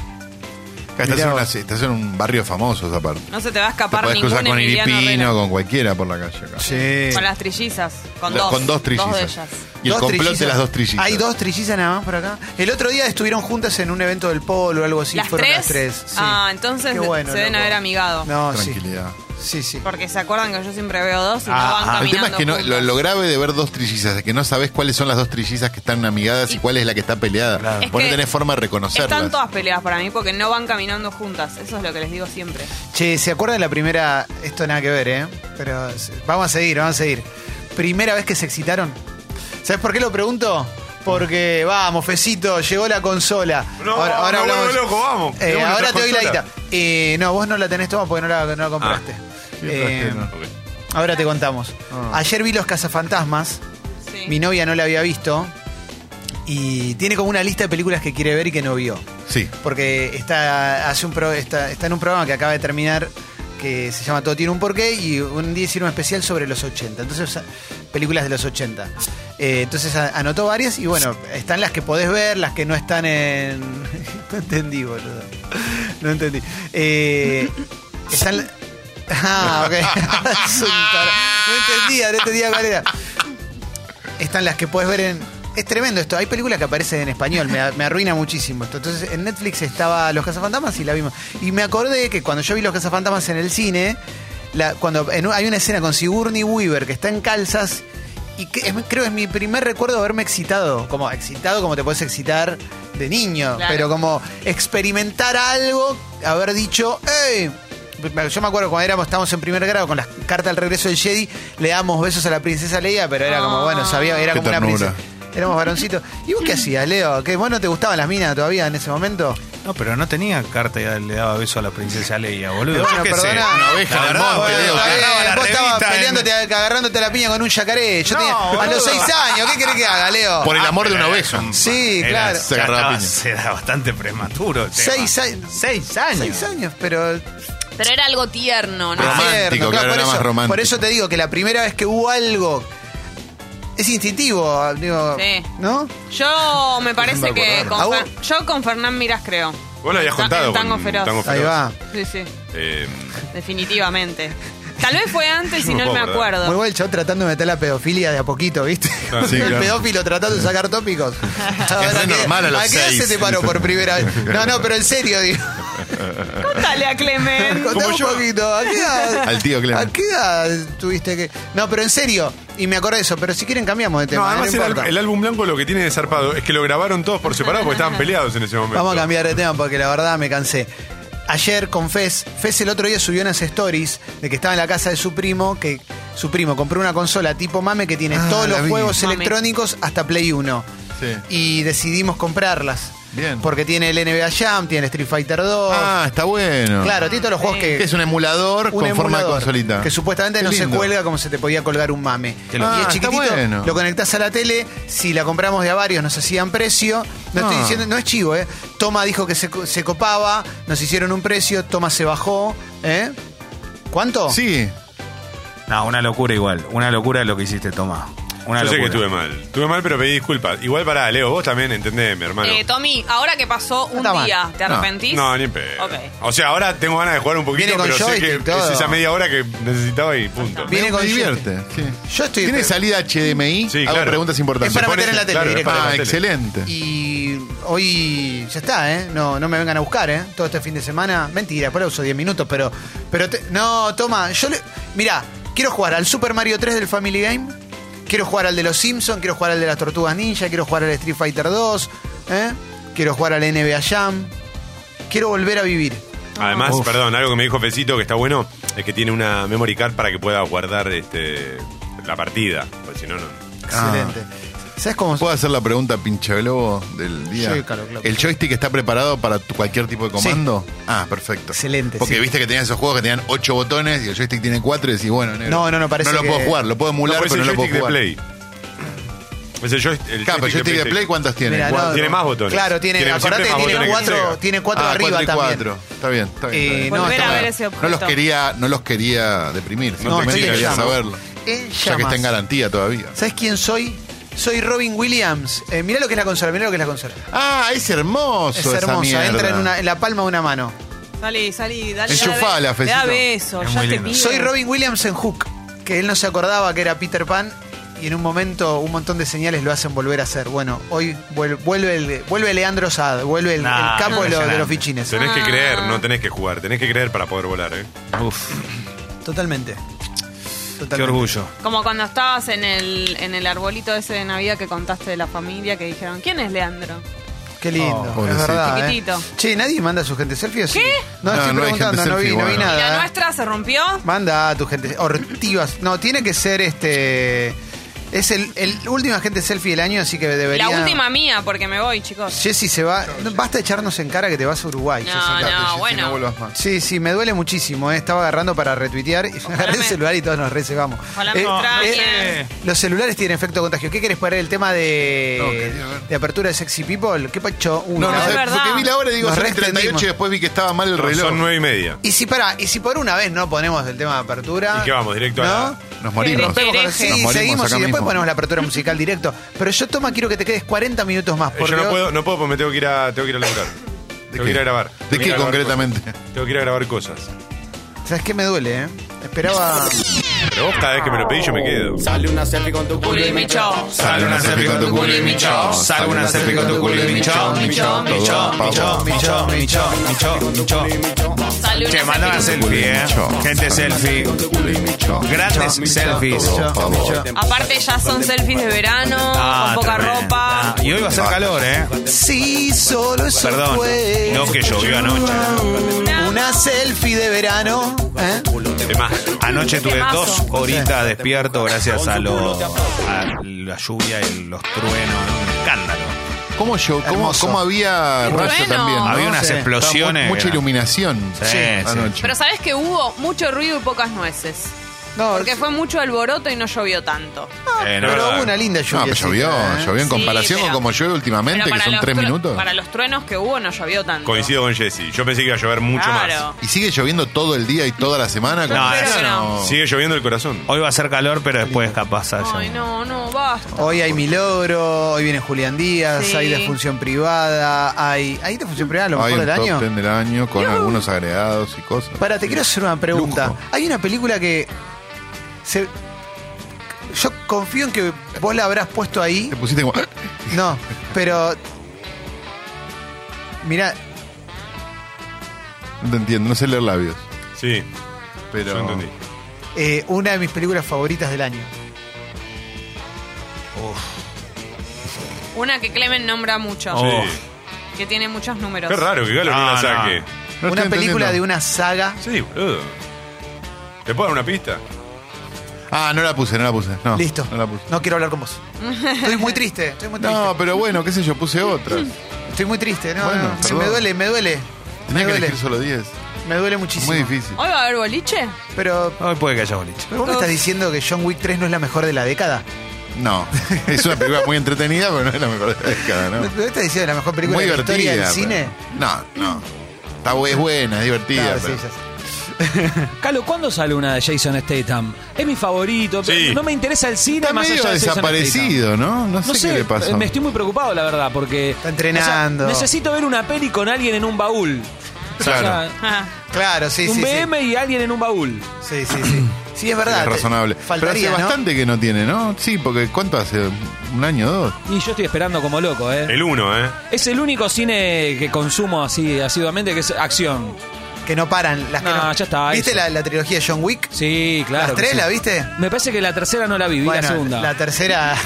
Acá estás,
Mirá
en una-
vos.
estás en un barrio famoso, esa parte.
No se te va a
Te
escapar
podés cruzar
ningún
con
Emiliano
Iripino,
Rela.
con cualquiera por la calle acá.
Sí.
Con las trillizas. Con
La-
dos.
Con dos trillizas.
Dos de ellas.
Y el
Dos
complot de
trillizas.
las dos trillizas.
Hay dos trillizas nada más por acá. El otro día estuvieron juntas en un evento del polo o algo así.
¿Las
fueron
tres?
las tres. sí.
Ah, entonces
Qué bueno,
se deben
loco.
haber amigado.
No, sí.
Tranquilidad.
Sí, sí.
Porque se acuerdan que yo siempre veo dos y
Ah,
no van
ah.
caminando
El tema es que no- lo,
juntos.
lo grave de ver dos trillizas es que no sabes cuáles son las dos trillizas que están amigadas y,
Y-
cuál es la que está peleada.
Claro.
Es
Vos no
que
tenés forma de
Están
reconocerlas.
todas peleas para mí porque no van caminando juntas. Eso es lo que les digo siempre.
Che, ¿se acuerdan la primera? Esto nada que ver, ¿eh? Pero se- vamos a seguir, vamos a seguir. Primera vez que se excitaron. ¿Sabes por qué lo pregunto? Porque, vamos, Fecito, llegó la consola.
No, me vuelvo loco, vamos.
Eh,
Tenemos
ahora
nuestra
te doy la
consola. Ah.
guita. Eh, no, vos no la tenés toma porque no la, no la compraste. Eh,
Ok.
Ahora te contamos. Ayer vi los cazafantasmas.
Sí.
Mi novia no la había visto. y tiene como una lista de películas que quiere ver y que no vio.
Sí.
Porque está, hace un pro- está, está en un programa que acaba de terminar que se llama Todo tiene un porqué y un día hicieron un especial sobre los 80. Entonces, a- películas de los 80. Eh, entonces a- anotó varias y bueno, están las que podés ver, las que no están en... No entendí, boludo. No entendí. Eh, están... la- Ah, ok. Es un tar- no entendía, no entendía cuál era. Están las que puedes ver en. Es tremendo esto. Hay películas que aparecen en español. Me, me arruina muchísimo esto. Entonces, en Netflix estaba Los Cazafantasmas y la vimos. Y me acordé que cuando yo vi Los Cazafantasmas en el cine, la- cuando en un- hay una escena con Sigourney Weaver que está en calzas. Y que es- creo que es mi primer recuerdo de haberme excitado. Como excitado, como te puedes excitar de niño.
Claro.
Pero como experimentar algo, haber dicho, ¡Ey! Yo me acuerdo cuando éramos, estábamos en primer grado con las cartas al regreso del Jedi, le damos besos a la princesa Leia, pero era como, bueno,
Ah.
sabía, era
Qué
como una
ternura.
princesa. Éramos varoncitos. ¿Y vos qué hacías, Leo? ¿Qué, ¿Vos no te gustaban las minas todavía en ese momento?
No, pero no tenía carta y le daba beso a la princesa Leia, boludo.
Bueno,
Yo qué sé,
perdoná.
una
oveja
La
del
verdad,
monte,
boludo,
Leo,
la
que-
agarraba la
vos estabas
revista en-
peleándote, agarrándote la piña con un yacaré. Yo
No,
tenía- a
boludo.
los seis años, ¿qué querés que haga, Leo?
Por el
Ah,
amor de
pero
una
era
oveja.
un-
Sí,
era-
claro.
ya
Se agarraba
estaba-
piña.
Era bastante prematuro. el tema.
Seis años.
Seis años.
Seis años, pero
Pero era algo tierno, ¿no?
Pero- Romántico,
Tierno,
claro,
por
era
eso,
más romántico.
Por eso te digo que la primera vez que hubo algo es instintivo, digo,
Sí.
¿no?
Yo me parece
Déjame
que
acordar.
con
¿A vos?
Fer- yo con Fernán Miras creo.
Vos lo habías
Ta-
contado.
el tango
con
feroz.
Tango
Ahí
Feroz.
va.
Sí, sí.
Eh,
Definitivamente. Tal vez fue antes y
No
no me
puedo creer.
Muy
acuerdo.
bueno el chabón tratando de meter la pedofilia de a poquito, ¿viste?
Ah, sí,
el
claro.
pedófilo tratando de sacar tópicos.
Es re
¿a qué-
normal a los
¿A qué edad
seis?
se te paró por primera vez? No, no, pero en serio, digo.
Contale a Clemen.
Contá un poquito. ¿a qué edad-
Al tío Clemen.
¿A qué edad tuviste que.? No, pero en serio. Y me acordé de eso, pero si quieren cambiamos de tema.
no,
¿eh? No,
además el,
importa.
al- el álbum blanco lo que tiene de zarpado es que lo grabaron todos por separado porque estaban peleados en ese momento.
Vamos a cambiar de tema porque la verdad me cansé. Ayer con Fez, Fez el otro día subió unas stories de que estaba en la casa de su primo, que su primo compró una consola tipo mame que tiene
Ah,
todos
la
los
vi.
juegos
Mame.
electrónicos hasta Play 1.
Sí.
Y decidimos comprarlas.
Bien.
Porque tiene el NBA Jam, tiene Street Fighter 2.
Ah, está bueno.
claro, tiene todos los juegos
Que
que...
es un emulador
un
con forma de
emulador,
consolita.
Que supuestamente
Qué
no se
lindo.
cuelga como se te podía colgar un mame.
Qué loco.
y
Ah,
es
está
chiquitito,
bueno.
lo conectás a la tele, si la compramos de a varios nos hacían precio. No estoy
Ah.
diciendo, no es chivo, ¿eh? Toma dijo que se, co- se copaba, nos hicieron un precio, Toma se bajó, ¿eh? ¿Cuánto?
Sí.
No, una locura igual. Una locura lo que hiciste, Tomás. Una
Yo sé
locura.
que estuve mal. Estuve mal, pero pedí disculpas. Igual para Leo, vos también entendés, mi hermano.
Eh, Tommy, ahora que pasó un
está mal.
día, ¿te
No.
arrepentís?
no, ni en pedo.
Ok.
O sea, ahora tengo ganas de jugar un poquito,
Viene con
pero sé
joystick
que
y todo.
es esa media hora que necesitaba y punto.
Viene
me,
con
me
joystick.
divierte. sí.
Yo estoy-
¿Tiene salida HDMI?
Sí,
Hago
claro.
preguntas
Es
importantes.
para
Se pone-
meter en la tele
claro,
directo.
es para
Ah,
meter en la tele.
excelente.
Y hoy ya está, ¿eh? No, no me vengan a buscar, ¿eh? Todo este fin de semana. Mentira, por eso 10 minutos, pero. pero te- no, toma, yo le. Mirá, quiero jugar al Super Mario 3 del Family Game. Quiero jugar al de los Simpsons, quiero jugar al de las Tortugas Ninja, quiero jugar al Street Fighter 2, ¿eh? Quiero jugar al NBA Jam. Quiero volver a vivir.
Además,
Uf.
perdón, algo que me dijo Fecito que está bueno es que tiene una memory card para que pueda guardar este, la partida. Porque si no, no.
Ah.
Excelente. ¿Sabes cómo
¿Puedo hacer la pregunta pinche globo del día?
Sí, claro, claro.
¿El joystick está preparado para tu- cualquier tipo de comando? Ah, perfecto.
Excelente,
Porque
sí.
viste que tenían esos juegos que tenían ocho botones y el joystick tiene cuatro y decís, bueno, negro,
No, no, no, parece
No lo
que-
puedo jugar, lo puedo emular,
No, pues
pero no
es
lo
el
puedo
joystick de
jugar.
Play. Es el, joy- el
Claro, pero el joystick de Play,
PlayStation.
¿cuántos tiene?
Mirá,
¿Cuatro?
no,
Tiene más botones.
Claro, tiene.
Tiene siempre
acordate que
más
tiene
botones que
cuatro,
Sega.
tiene cuatro
Ah,
arriba
cuatro y
también.
cuatro. Está bien, está bien. está
Eh,
bien.
no,
Volver
está
a ver
bueno.
ese objeto.
No los quería, no los quería deprimir,
No,
no,
estoy en
quería
llamas.
saberlo.
En
Ya que está
llamas.
en garantía todavía.
¿Sabes quién soy? Soy Robin Williams. Eh, mirá lo que es la consola, mirá lo que es la consola.
Ah, es hermoso.
Es
esa
hermosa,
mierda.
entra en, una- en la palma de una mano.
Salí, salí, dale.
Enchufala,
dale,
Fecito.
Da beso,
Es
ya
muy
te
lindo.
pido.
Soy Robin Williams en Hook, que él no se acordaba que era Peter Pan y en un momento un montón de señales lo hacen volver a hacer. Bueno, hoy vuel- vuelve, el, vuelve Leandro Saad, vuelve el,
Nah,
el capo de, lo- de los
impresionante.
fichines.
Tenés que creer, no tenés que jugar. Tenés que creer para poder volar, ¿eh?
Uf,
Totalmente. Totalmente.
qué orgullo.
Como cuando estabas en el, en el arbolito ese de Navidad que contaste de la familia que dijeron, ¿quién es Leandro?
Qué lindo,
Oh,
es
pobrecito.
verdad. eh.
Chiquitito.
Che, ¿nadie manda su gente selfie? o sí?
¿Qué?
No, estoy
No, no hay gente
preguntando, no vi,
selfie,
no vi
bueno.
¿Y
nada.
la
eh.
nuestra se rompió?
Manda a tu gente. Ortivas. No, tiene que ser este. Es el, el último agente selfie del año, así que debería.
La última mía, porque me voy, chicos.
Jessy se va. no, basta de echarnos en cara que te vas a Uruguay.
No,
Jessy.
Ah, no,
Date, Jessy,
bueno.
No vuelvas más.
Sí, sí, me duele muchísimo. eh. Estaba agarrando para retuitear y me agarré el
me-
celular y todos nos recebamos. Eh,
Ojalá me extrañen.
los celulares tienen efecto contagio. ¿Qué querés poner el tema de,
No, quería ver.
de apertura de Sexy People? ¿Qué pacho? Uy,
No,
la-
no,
es
sé,
verdad.
porque vi la hora y digo,
Nos
son y
reextendimos.
38 y después vi que estaba mal el reloj.
Son nueve y media.
Y si para, y si por una vez no ponemos el tema de apertura.
¿Y qué vamos, directo a la-
Nos morimos.
Pero-
Pero
Hereje.
sí,
Nos morimos
seguimos y
acá
después
mismo.
ponemos la apertura musical directo. Pero yo, Toma, quiero que te quedes 40 minutos más.
Eh,
Porque
Yo no puedo, no puedo porque me tengo que ir a, tengo que ir a laburar. Tengo que ir a grabar. Tengo
¿De
que ir
qué
a grabar
concretamente?
cosas. Tengo que ir a grabar cosas.
¿Sabes qué me duele, eh? Esperaba.
Pero vos cada vez que me lo pedís yo me quedo.
Sale una selfie con tu culo y mi chao.
Sale una selfie con tu culo y mi chao.
Sale una selfie con tu culo y mi chao, mi chao, mi chao, mi chao, mi chao, mi chao, mi chao, mi chao.
Sale
Che,
una
mandá una selfie, eh. Gente selfie. Grandes selfies.
Aparte ya son selfies de verano,
Ah,
con poca
tremendo.
ropa.
Ah, Y hoy va a ser calor, eh.
Sí, solo eso
Perdón.
fue.
No que llovió anoche.
Una selfie de verano. ¿eh?
Anoche tuve
Temazo.
dos horitas despierto gracias a, lo, a la lluvia y los truenos. Un escándalo.
¿Cómo, yo, cómo,
Hermoso.
cómo había
Qué
rayo
bueno.
también? ¿no?
Había unas
Sí.
explosiones.
Mucha
eran-
iluminación
Sí, sí.
anoche.
Pero sabes que hubo mucho ruido y pocas nueces.
No,
Porque fue mucho alboroto y no llovió tanto.
Eh,
pero
no, verdad.
hubo una linda lluvia. ¿eh?
No, pero llovió, llovió en
Sí,
comparación
pero-
con como llueve últimamente,
Pero
que
para
son
los
tres
tru-
minutos.
Para los truenos que hubo no llovió tanto.
Coincido con Jesse. Yo pensé que iba a llover mucho
Claro.
¿Y sigue lloviendo todo el día y toda la semana?
Yo
como-
creo que
no.
Oh.
más. Sigue lloviendo el corazón.
Hoy va a ser calor, pero después capaz haya-
Ay, no, no, basta.
Hoy hay Milogro, hoy viene Julián Díaz,
Sí.
hay defunción privada, hay. ¿Hay defunción privada a lo
Hay
mejor
un
del
top
año?
10 del año con algunos agregados y cosas.
Para, te quiero hacer una pregunta.
Lujo.
Hay una película que. se- Yo confío en que vos la habrás puesto ahí.
Te pusiste como...
No, pero. Mira,
No te entiendo, no sé leer labios.
Sí,
Pero...
yo entendí.
eh, una de mis películas favoritas del año.
Una que Clemen nombra mucho,
Oh.
Sí.
que tiene muchos números.
Qué raro que Galo no,
No,
la
no.
saque.
No
una
estoy
película
entendiendo.
de una saga.
Sí, boludo. ¿Te puedo dar una pista?
Ah, no la puse, no la puse. No,
Listo.
No la puse.
No quiero hablar con vos. Estoy muy triste. Estoy muy triste.
No, pero bueno, qué sé yo, puse otra.
Mm. Estoy muy triste. No,
Bueno,
no, sí,
perdón.
me duele, me duele. Me
Tenía que
duele.
elegir solo 10.
Me duele muchísimo.
Muy difícil.
¿Hoy va a haber boliche?
Pero.
Hoy puede que haya boliche.
¿Pero vos me estás diciendo que John Wick 3 no es la mejor de la década?
No, es una película muy entretenida, pero no es la mejor de la década,
¿No
¿no?
me estás diciendo la mejor película
Muy
de la
divertida.
historia del
pero-
cine?
No, no. Está bu- es buena, es divertida.
Claro,
pero-
sí, ya sé.
Calo, ¿cuándo sale una de Jason Statham? Es mi favorito, pero
Sí.
no me interesa el cine
Está
más
medio
allá de Jason Statham.
desaparecido, ¿no? No sé,
No sé,
qué le pasó.
eh, me estoy muy preocupado, la verdad, porque...
Está entrenando.
o sea, necesito ver una peli con alguien en un baúl.
Claro.
O sea,
Ah.
Claro, sí,
un
sí. sí.
BM y alguien en un baúl.
Sí, sí, sí. Sí, es verdad.
Es razonable.
Faltaría,
pero hace
¿no?
bastante que no tiene, ¿no? Sí, porque ¿cuánto hace? ¿Un año o dos?
Y yo estoy esperando como loco, ¿eh?
El uno, ¿eh?
Es el único cine que consumo así asiduamente que es acción.
Que no paran. Las que
No, ya está,
¿Viste
eso.
la, la trilogía de John Wick?
Sí, claro.
¿Las
que
tres
sí.
la viste?
Me parece que la tercera no la vi, vi
Bueno,
la segunda.
La tercera.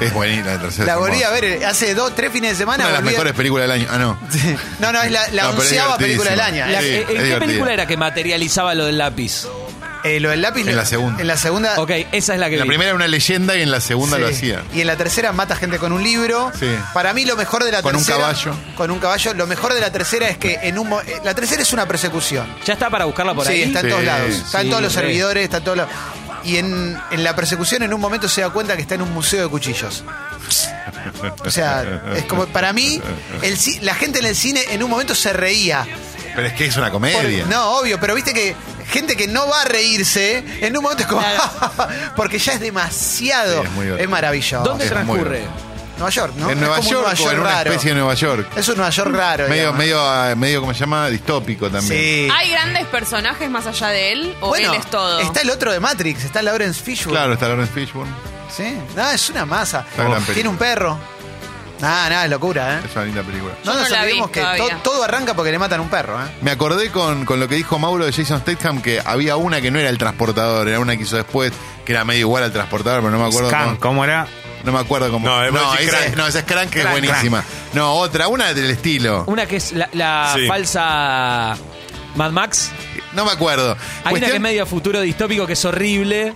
Es buenísima la tercera.
La
es
volví a
hermosa.
ver eh, hace dos, tres fines de semana.
Una de las
volví a-
mejores películas del año. Ah, no.
Sí. No, no, es la, la
No, pero es
onceava película del año.
divertidísima.
La-
Sí, es
eh, ¿En qué
divertida.
película era que materializaba lo del lápiz?
Eh, lo del lápiz.
En
lo-
la segunda.
En la segunda.
Ok, esa es la que
En la
vi.
primera era una leyenda y en la segunda
sí.
lo hacía.
Y en la tercera mata gente con un libro.
Sí.
Para mí lo mejor de la
Con un
tercera.
caballo.
Con un caballo. Lo mejor de la tercera es que en un. mo- eh, La tercera es una persecución.
Ya está para buscarla por
sí,
ahí.
está en
Sí,
todos lados. Está en
sí,
todos los
re.
servidores, está en todos lados. Y en, en la persecución, en un momento se da cuenta que está en un museo de cuchillos. O sea, es como para mí, el ci- la gente en el cine en un momento se reía.
Pero es que es una
Por-
comedia.
no, obvio, pero viste que gente que no va a reírse, en un momento es como. porque ya es demasiado.
Sí, es muy
es,
divertido.
maravilloso.
¿Dónde
Es muy
transcurre?
bueno.
Nueva York, ¿no?
En
Es
Nueva
como un
York, o en una
raro.
especie de Nueva York.
Es un Nueva York raro.
Medio,
digamos.
medio, eh, medio, ¿cómo se llama? Distópico también.
Sí.
¿Hay grandes personajes más allá de él o
Bueno,
él es todo?
está el otro de Matrix, está Lawrence Fishburne.
Claro, está Lawrence Fishburne.
Sí, no, es una masa.
Está gran
Tiene
película.
un perro. Nada, nada, es locura, ¿eh?
Es una linda película.
No
Yo no
nos
la vi
olvidemos que
todavía.
to- todo arranca porque le matan un perro, ¿eh?
Me acordé con, con lo que dijo Mauro de Jason Statham que había una que no era el transportador, era una que hizo después, que era medio igual al transportador, pero no me acuerdo.
Scan,
cómo-
¿cómo era?
no me acuerdo cómo.
No, es Magic
esa,
Crank.
no, esa es Crank, que es
Crank,
buenísima. No, otra, una del estilo.
Una que es la, la
Sí.
falsa Mad Max.
No me acuerdo.
Hay una que
Cuestión-
es medio futuro distópico que es horrible.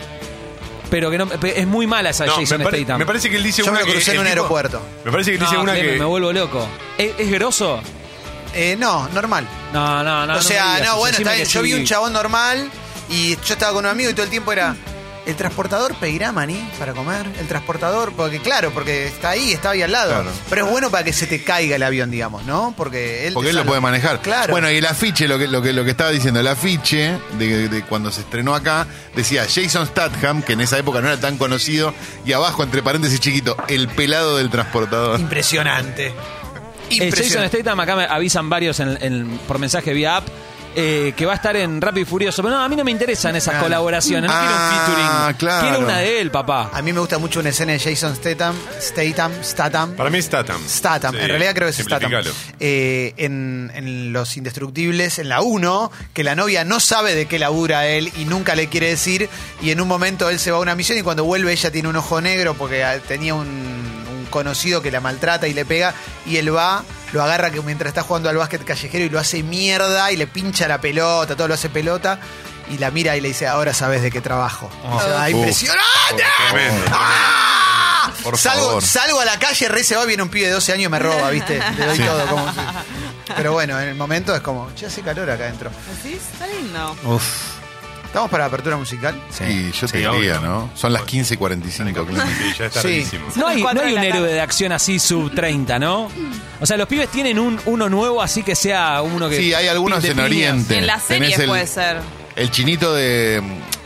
pero que no, pe- es muy mala esa
No,
Ah, Jason
me, pare-
Statham.
me parece que él dice
Yo me
una
lo
que
crucé en
el
un
tipo-
aeropuerto.
Me parece que él
No,
dice una
Clemen,
que
me vuelvo loco. ¿Es, es groso?
Eh, no, normal.
No, no, no.
o
me
sea,
digas
no,
eso,
bueno,
decime
está bien.
que
Yo vi
sí. Eh,
un chabón normal y yo estaba con un amigo y todo el tiempo era. El transportador pedirá maní para comer. El transportador, porque claro, porque está ahí, está ahí al lado.
Claro.
Pero es bueno para que se te caiga el avión, digamos, ¿no? Porque él.
Porque
te
él lo
salva.
puede manejar.
Claro. Eh,
Bueno, y el afiche, lo que, lo que, lo que estaba diciendo, el afiche de, de- de cuando se estrenó acá, decía Jason Statham, que en esa época no era tan conocido, y abajo, entre paréntesis chiquito, el pelado del transportador.
Impresionante.
Eh, Jason
Impresionante.
Statham, acá me avisan varios en- en- por mensaje vía app. eh, que va a estar en Rápido y Furioso. Pero no, a mí no me interesan esas
Claro.
colaboraciones. No quiero un
Ah,
featuring.
claro.
Quiero una de él, papá.
A mí me gusta mucho una escena de Jason Statham, Statham, Statham.
Para mí es Tatam.
Statham,
Sí,
en realidad creo que es Statham.
simplificalo.
Eh, en, en Los Indestructibles, en la 1, que la novia no sabe de qué labura él y nunca le quiere decir, y en un momento él se va a una misión y cuando vuelve ella tiene un ojo negro porque ah, tenía un, un conocido que la maltrata y le pega, y él va, lo agarra que mientras está jugando al básquet callejero y lo hace mierda y le pincha la pelota, todo lo hace pelota. Y la mira y le dice, ahora sabes de qué trabajo. Y se va,
Ah.
Uf.
¡Impresionante!
Tremendo.
¡Ah!
Por
salgo,
favor.
salgo a la calle, re se va, viene un pibe de 12 años y me roba, ¿viste? Le doy
Sí.
todo. Como, pero bueno, en el momento es como, ya hace calor acá adentro.
¿Sí? Está lindo.
Uf.
¿Estamos para la apertura musical?
Y yo te
Sí,
diría,
obvio.
¿no? Son las 15 y 45. claro.
Sí, ya está
Sí.
rarísimo.
No hay,
Cuatro
no hay
de
un
la
héroe
tarde.
de acción así sub 30, ¿no? O sea, los pibes tienen un, uno nuevo, así que sea uno que.
Sí, hay algunos
de
en
piñas.
Oriente.
En las
Tenés
series
el,
puede ser.
El chinito de...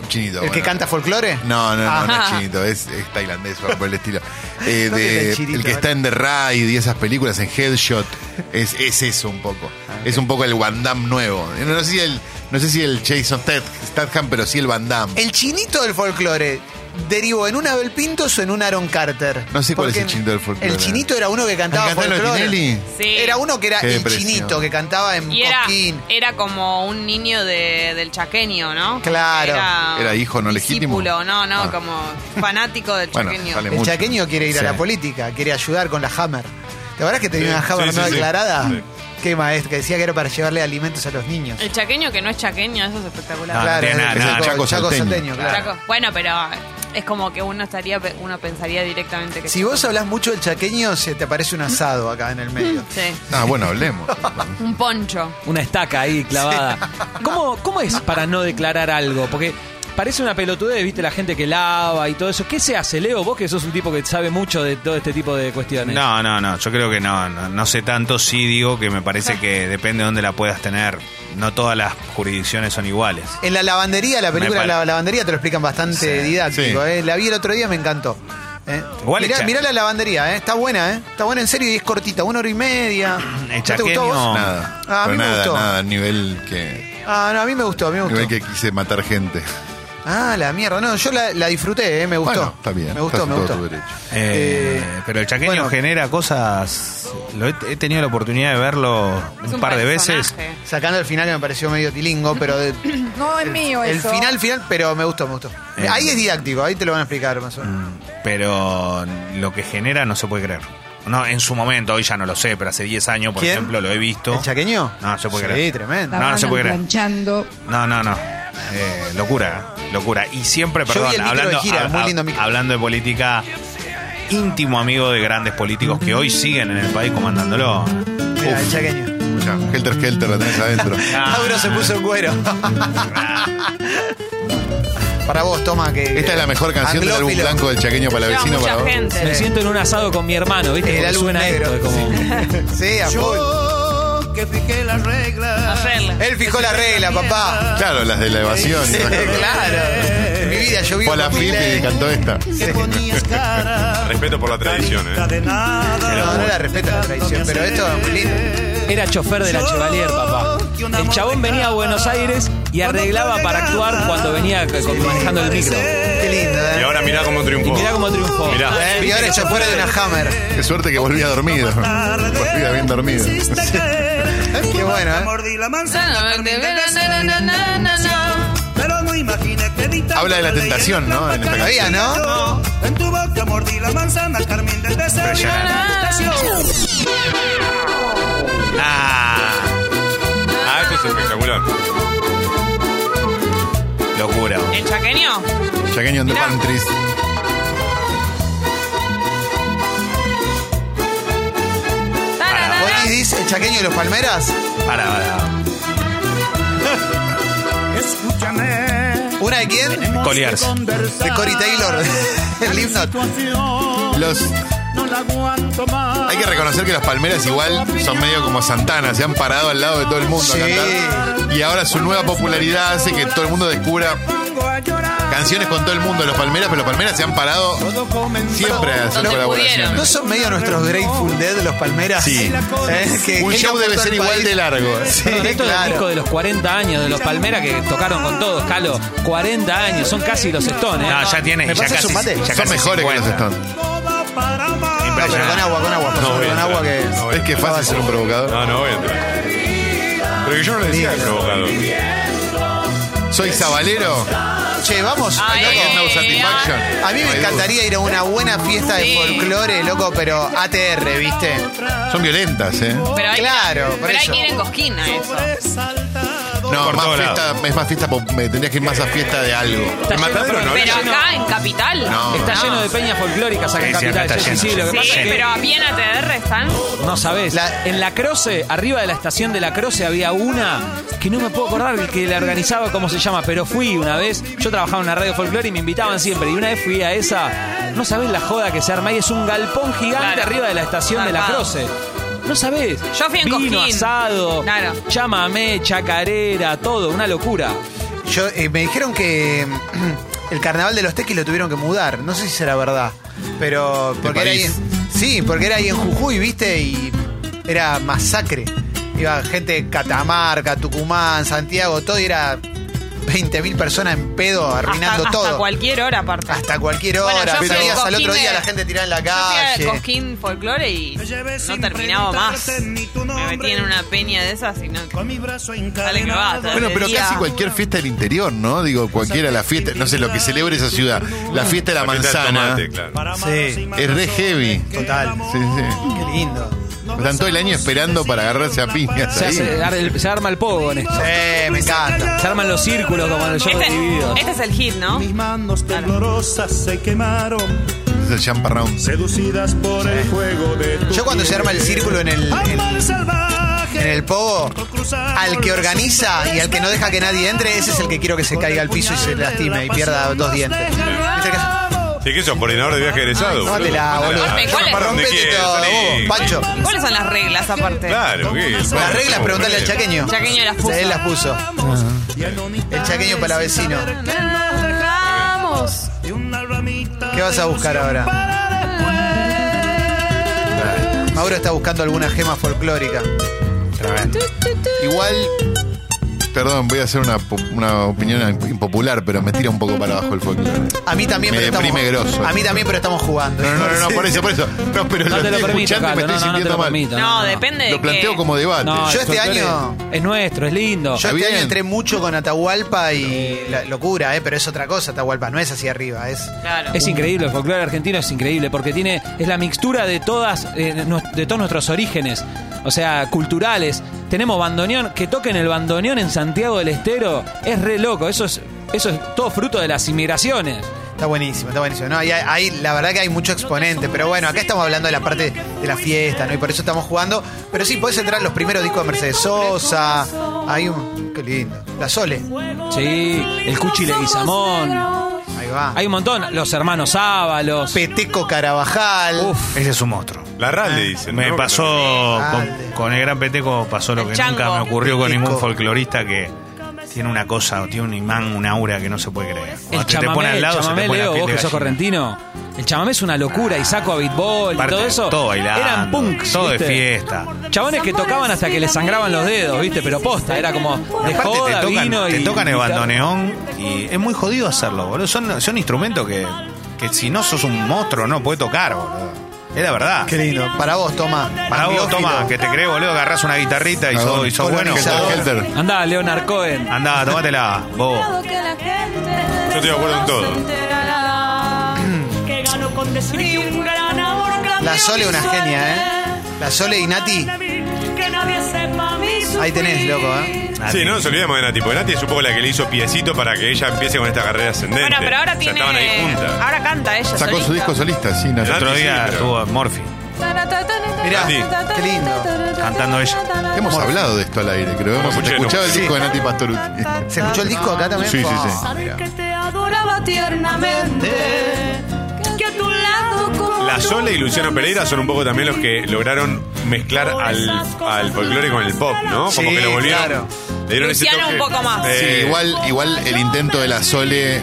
Chinito,
¿El que
bueno.
canta folclore?
No, no, no, no es
Ajá.
chinito, es, es tailandés o algo por el estilo. Eh,
No
de-
es el chinito, ¿eh?
el que está en The Raid y esas películas, en Headshot, es, es eso un poco.
Ah,
Es un poco el Van Damme nuevo. Eh, No, sé si el, no sé si el Jason Stat- Statham, pero sí el Van Damme.
El chinito del folclore. ¿Derivó en un Abel Pintos o en un Aaron Carter?
No sé cuál es
Porque
el chinito del folclore.
El chinito era uno que cantaba
¿Cantaba
folclore.
Tinelli?
Sí.
Era uno que era
Qué
el
depresión.
chinito que cantaba en
Y era,
Cosquín.
era como un niño de- del chaqueño, ¿no?
Claro.
¿Era hijo no legítimo?
discípulo, no, no,
Ah.
como fanático del
Bueno,
chaqueño.
sale
El
mucho.
chaqueño quiere ir a
Sí.
la política, quiere ayudar con la Hammer. ¿Te acuerdas que tenía
Sí,
una Hammer
sí,
no
sí, sí.
declarada?
Sí.
Qué maestro, que decía que era para llevarle alimentos a los niños.
El chaqueño que no es chaqueño, eso es espectacular.
Ah,
claro,
no tiene
es el
nada, nada.
Chaco,
Chaco
Chaco
salteño.
salteño, claro.
Chaco- Bueno, pero es como que uno estaría, pe- uno pensaría directamente que
Si vos hablás mucho del chaqueño, se te aparece un asado acá en el medio.
Mm.
Sí.
Ah, bueno, hablemos.
Un poncho.
Una estaca ahí clavada. ¿Cómo, ¿Cómo es para no declarar algo? Porque parece una pelotudez, viste, la gente que lava y todo eso. ¿Qué se hace, Leo? Vos que sos un tipo que sabe mucho de todo este tipo de cuestiones.
No, no, no. Yo creo que no, no. no sé tanto. Sí digo que me parece que depende de dónde la puedas tener. No todas las jurisdicciones son iguales.
En la lavandería, la película
pare-
La lavandería te lo explican bastante
Sí,
didáctico.
sí.
eh. La vi el otro día, me encantó. eh.
Igual el
Mirá,
cha-
mirá la lavandería, eh. está buena, eh. está buena en serio y es cortita, una hora y media. ¿No
El
te gustó
chaqueño-
vos?
Nada.
Ah, a
Pero
mí me
nada,
gustó.
nada, nivel que,
Ah, no, a mí me gustó, a mí me gustó.
nivel que quise matar gente.
Ah, la mierda. No, yo la, la disfruté, eh, me gustó.
Bueno, está bien.
Me gustó,
estás
me
en todo
gustó.
tu derecho.
Eh,
Eh,
pero el chaqueño
bueno.
genera cosas. Lo he, he tenido la oportunidad de verlo
Es
un, par de veces.
personaje.
Sacando el final que me pareció medio tilingo, pero de-
No, es mío
el
eso.
final, final, pero me gustó, me gustó.
Eh.
Ahí es didáctico, ahí te lo van a explicar más o menos.
Pero lo que genera no se puede creer. No, en su momento, hoy ya no lo sé, pero hace 10 años, por
¿Quién?
ejemplo, lo he visto.
¿El chaqueño?
No, se puede
sí,
creer.
tremendo.
No, no se puede creer.
planchando.
No, no, no. Eh, locura, locura. Y siempre,
Yo
perdón,
vi el micro
hablando,
de gira,
hab-
muy lindo
hab-
micro.
hablando de política, íntimo amigo de grandes políticos que hoy siguen en el país comandándolo.
Mirá, el chaqueño.
Escuchá, Helter Helter la tenés adentro.
Mauro se puso en cuero. Para vos, toma que.
Esta es la mejor canción del álbum
Anglófilo.
blanco del chaqueño para
Lleva
vecino.
mucha
Para vos.
gente.
Me siento en un asado con mi hermano, ¿viste?
Eh. El
Porque
álbum
suena
negro.
esto, es como.
Sí, a full.
Arregla.
Él fijó la regla, papá.
Claro, las de la evasión. y esas cosas.
claro. En mi vida yo vivo.
Fue a la
con mi
FIP
ley.
y cantó esta.
Respeto por la tradición, ¿eh?
No, no la respeto la tradición, pero esto es muy lindo.
Era chofer de la Chevalier, papá. El chabón venía a Buenos Aires y arreglaba para actuar cuando venía c- con- manejando el micro.
Qué lindo,
Y
¿eh?
ahora mirá cómo
Y
triunfó.
mirá cómo triunfó.
Mirá.
Eh, Y ahora hecho fuera de una Hammer.
Qué suerte que volvía dormido. Volvía bien dormido. Ah.
Qué bueno, ¿eh?
Ah,
Pero no imaginé que ni tan
Habla de la
grande y
tentación,
en el
¿no? En esta
trampa
Todavía, ¿no?
cayó. En tu boca mordí la manzana, Carmen, desde Sevilla a la estación.
Ah,
Ah, esto es espectacular.
locura.
¿El chaqueño?
Chaqueño and the
Mirá.
Pantries.
Tararara.
¿Vos dices el chaqueño y los palmeras?
Para, para. Ah.
Escúchame.
¿Una de quién? De
Colliers.
Cory Taylor. el himno.
Los,
No la aguanto más.
hay que reconocer que los Palmeras igual son medio como Santana, se han parado al lado de todo el mundo
Sí.
a cantar. Y ahora su nueva popularidad hace que todo el mundo descubra
Pongo a llorar.
canciones con todo el mundo de los Palmeras, pero los Palmeras se han parado siempre a hacer
Donde
colaboraciones.
¿No son medio nuestros Grateful Dead los palmeras?
Sí.
¿Eh? Que
Un
giran
show
por
debe
todo
ser
el
igual
país.
de largo. ¿eh?
Sí,
Esto es el
claro.
disco de los 40 años de los Palmeras que tocaron con todos, Calo. 40 años, son casi los Stones. ¿eh?
No, ya tiene.
¿Me
Ya
pasas
casi,
un mate?
ya
Son
casi
mejores que los
50.
Stones.
Toda para
No,
amar.
pero con agua, con agua, por favor,
voy a
con agua que.
entrar. No voy a
¿Ves que fácil ser un provocador?
No, no voy a entrar. Pero que yo no le decía de provocador.
Soy Zabalero.
Che, vamos.
I
Ay,
get no
ay,
satisfaction.
A mí
No
me
hay
encantaría ir a una buena fiesta de
Sí.
folclore, loco, pero ATR, ¿viste?
duda. Son violentas, ¿eh?
Pero hay,
Claro, por
pero hay
eso.
que ir en cosquina eso.
No,
Por
más
todo
fiesta, es más fiesta, pop- me tendrías que ir más a fiesta de algo.
Está
El
lleno,
matadero no
Pero
había.
acá en Capital.
No.
Está
Ah.
lleno de peñas folclóricas acá en
Sí, sí, acá
Capital.
está
Sí, sí, sí,
lleno.
lo que
Sí,
pasa es que
pero a bien ATR están.
no sabés.
La-
en La Croce, arriba de la estación de La Croce había una que no me puedo acordar el que la organizaba, cómo se llama, pero fui una vez. Yo trabajaba en una radio folclore y me invitaban siempre. Y una vez fui a esa, no sabés la joda que se arma y es un galpón gigante
Claro.
arriba de la estación de La
Zarpado.
Croce. No sabés.
Yo fui en
Vino,
Cosquín.
asado,
Claro.
chamamé, chacarera, todo, una locura.
Yo, eh, me dijeron que mm, el carnaval de los tequis lo tuvieron que mudar. No sé si será verdad. Pero. Porque era ahí
París.
en- sí, porque era ahí en Jujuy, ¿viste? Y era masacre. Iba gente de Catamarca, Tucumán, Santiago, todo. Y era 20.000 personas en pedo,
Hasta,
arruinando
hasta
todo.
cualquier hora aparte.
Hasta cualquier
Bueno,
hora.
yo
Pero
fui al
días al otro
Cosquín
día
de-
la gente tirada en la
Yo fui
calle.
a Cosquín Folclore y no terminaba más. Me metí en una peña de esas y no.
Con mi brazo
Dale que va,
encadenado.
dale.
Bueno, pero
Día.
casi cualquier fiesta del interior, ¿no? Digo, cualquiera la fiesta, no sé, lo que celebre esa ciudad. La fiesta de la
La fiesta del
manzana.
tomate, claro.
Para
Sí.
manos y manos
Es re
sobre
heavy.
que
Total.
el amor
Sí, sí.
Qué lindo.
nos
Están todo el año
besamos
esperando para agarrarse a piñas
Se,
ahí.
hace- ar- el- se arma el pogo en esto.
Eh, me encanta.
Se arman los círculos como en el show
Este,
dividido.
este es el hit, ¿no?
Mis manos temblorosas se quemaron,
Es el champ round.
seducidas por el fuego de tu
Yo cuando se
piel.
arma el círculo en el, en,
Amar salvaje,
en el pogo, al que organiza y al que no deja que nadie entre, ese es el que quiero que se caiga al piso y se lastime y pierda dos dientes. ¿Viste que-
Sí, que sos coordinador de viaje egresado.
No te la,
boludo.
boludo.
Mándala.
Golpe,
Para donde
Rompete
quieras,
todo,
salí.
vos, Pancho.
¿Y cuáles son las reglas aparte?
Claro, ¿qué?
Las reglas,
Somos
preguntale al
premios.
chaqueño.
Chaqueño las puso.
Se Él las puso. El chaqueño palavecino.
Vamos.
¿Qué vas a buscar ahora? Mauro está buscando alguna gema folclórica.
Tremendo.
Igual, perdón, voy a hacer una, po- una opinión impopular, pero me tira un poco para abajo el folclore.
A mí también,
Me
pero estamos.
deprime grosso.
A mí también, pero estamos jugando.
No, no, no, no, por eso, por eso. No, pero
No
lo
te lo
estoy
permito,
escuchando y
Carlos,
me estoy
no, no, no te
sintiendo
lo
mal.
permito.
No, depende de
Lo planteo
que-
como debate.
No,
Yo
el
este
folclore
año-
Es nuestro, es lindo.
Yo
Está
este año
bien.
entré mucho con Atahualpa y la locura, eh, pero es otra cosa. Atahualpa no es hacia arriba, es.
Claro.
Es increíble, el folclore argentino es increíble porque tiene es la mixtura de todas eh, nues- de todos nuestros orígenes, o sea, culturales. Tenemos bandoneón, que toquen el bandoneón en Santiago del Estero es re loco, eso es eso es todo fruto de las inmigraciones.
Está buenísimo, está buenísimo. No, y hay- hay- la verdad que hay mucho exponente, pero bueno, acá estamos hablando de la parte de la fiesta, ¿no? Y por eso estamos jugando. Pero sí, podés entrar en los primeros discos de Mercedes Sosa. Hay un. Qué lindo. La Sole.
Sí, el Cuchi Leguizamón,
Ahí va.
hay un montón, los hermanos Ábalos.
Peteco Carabajal.
Ese es un monstruo.
La RAL le dicen.
Me
¿no?
pasó
Dale.
con, con el gran peteco, pasó lo
El
que
chango.
nunca me ocurrió con ningún
Peteco.
folclorista que tiene una cosa, tiene un imán, un aura que no se puede creer. Cuando
El
te- te
chamamé,
pone al lado,
el
se te
chamamé,
pone la
Leo,
piel
vos
de
que sos
gallina.
correntino. El chamamé es una locura y saco a beatball y
Aparte,
todo eso.
Todo bailando.
Eran punks.
Todo de
¿viste?
fiesta.
Chabones que tocaban hasta que les sangraban los dedos, ¿viste? Pero posta, era como de
Aparte
joda,
te tocan,
vino
te
y...
tocan el
y-
bandoneón y es muy jodido hacerlo, boludo. Son, son instrumentos que, que si no sos un monstruo no puedes tocar, boludo. Es la verdad.
Qué lindo. Para vos, toma.
Para vos,
Anglófilo.
toma, que te crees, boludo, agarrás una guitarrita y
Cagón.
sos, y sos bueno.
Helter, Helter.
Andá, Leonard Cohen.
Andá, tomatela, vos.
Yo estoy de acuerdo en todo.
Mm. La Sole una genia, ¿eh? La Sole y Nati. Ahí tenés, loco, ¿eh?
Sí, no nos olvidemos de Nati, porque Nati es un poco la que le hizo piecito para que ella empiece con esta carrera ascendente.
Bueno, pero ahora
O sea,
tiene. Ah,
estaban ahí juntas.
Ahora canta ella.
Sacó su
solista.
disco solista, sí, Nati.
El otro
Nati sí,
día
pero-
estuvo Morphy
Mirá,
Sí.
qué lindo.
cantando ella.
Hemos hablado de esto al aire, creo. Hemos
escuché, no.
escuchado el
Sí.
disco de Nati Pastoruti.
¿Se escuchó el disco acá también?
Sí, sí, sí.
Wow, mirá.
te adoraba tiernamente. Que a tu lado con
La Sola y Luciano Pereira son un poco también los que lograron mezclar al, al folclore con el pop, ¿no? Como
Sí,
que lo volvieron.
claro.
le dieron ese
Luciano un
toque.
poco más.
Eh,
Sí, igual, igual el intento de la Sole de,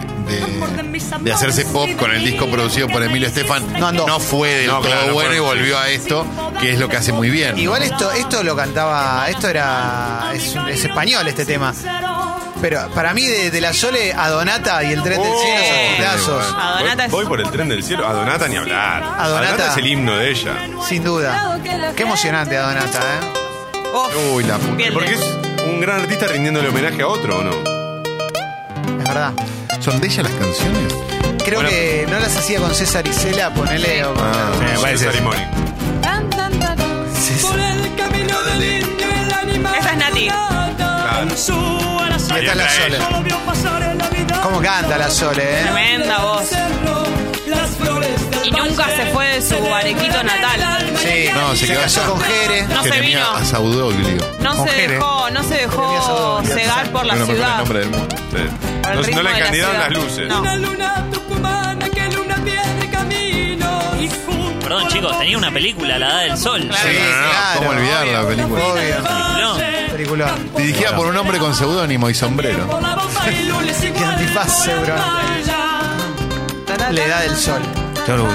de hacerse pop con el disco producido por Emilio Estefan
No andó.
fue del
No,
todo
claro,
bueno
fue-
y volvió a esto, que es lo que hace muy bien.
Igual esto, esto lo cantaba, Ah, esto era, es, un- es español este tema. Pero para mí de, de la Sole a Donata y el tren del
Oh.
cielo son
Voy-
putazos,
A Donata Eh, es-
Voy, por el tren del cielo. A Donata ni hablar.
A Donata.
es el himno de ella.
sin duda. Qué emocionante a Donata, ¿eh?
Uf,
Uy, la puta.
piel de-
Porque es un gran artista rindiéndole homenaje a otro, ¿o no?
Es verdad.
¿Son de ella las canciones?
Creo
Bueno.
que no las hacía con César Isela, ponele. o-
Ah.
eh,
Sí, me parece.
César y Mori.
Esa es Nati.
Claro.
Y acá la Sole. ¿Cómo canta la Sole, eh?
Tremenda voz. Y nunca se fue de su arequito natal.
Sí,
No, se
se
quedó
casó
allá.
con Jere.
No se
Jeremía
vino.
Asaudoglio.
No se
Mujeres.
dejó, no se
Tenía
dejó
su-
cegar por la
No me acuerdo el
ciudad.
nombre del mundo.
Sí.
por el
No,
ritmo
no la
de
encandilaban
ciudad.
las luces.
No.
Perdón, chicos, tenía una película, La Edad del Sol.
Claro.
Sí, no, no, cómo olvidar la película.
Obvio,
No,
peliculón.
Dirigida por un hombre con seudónimo y sombrero.
Qué antifaz, seguro. La edad del sol.
Qué orgullo.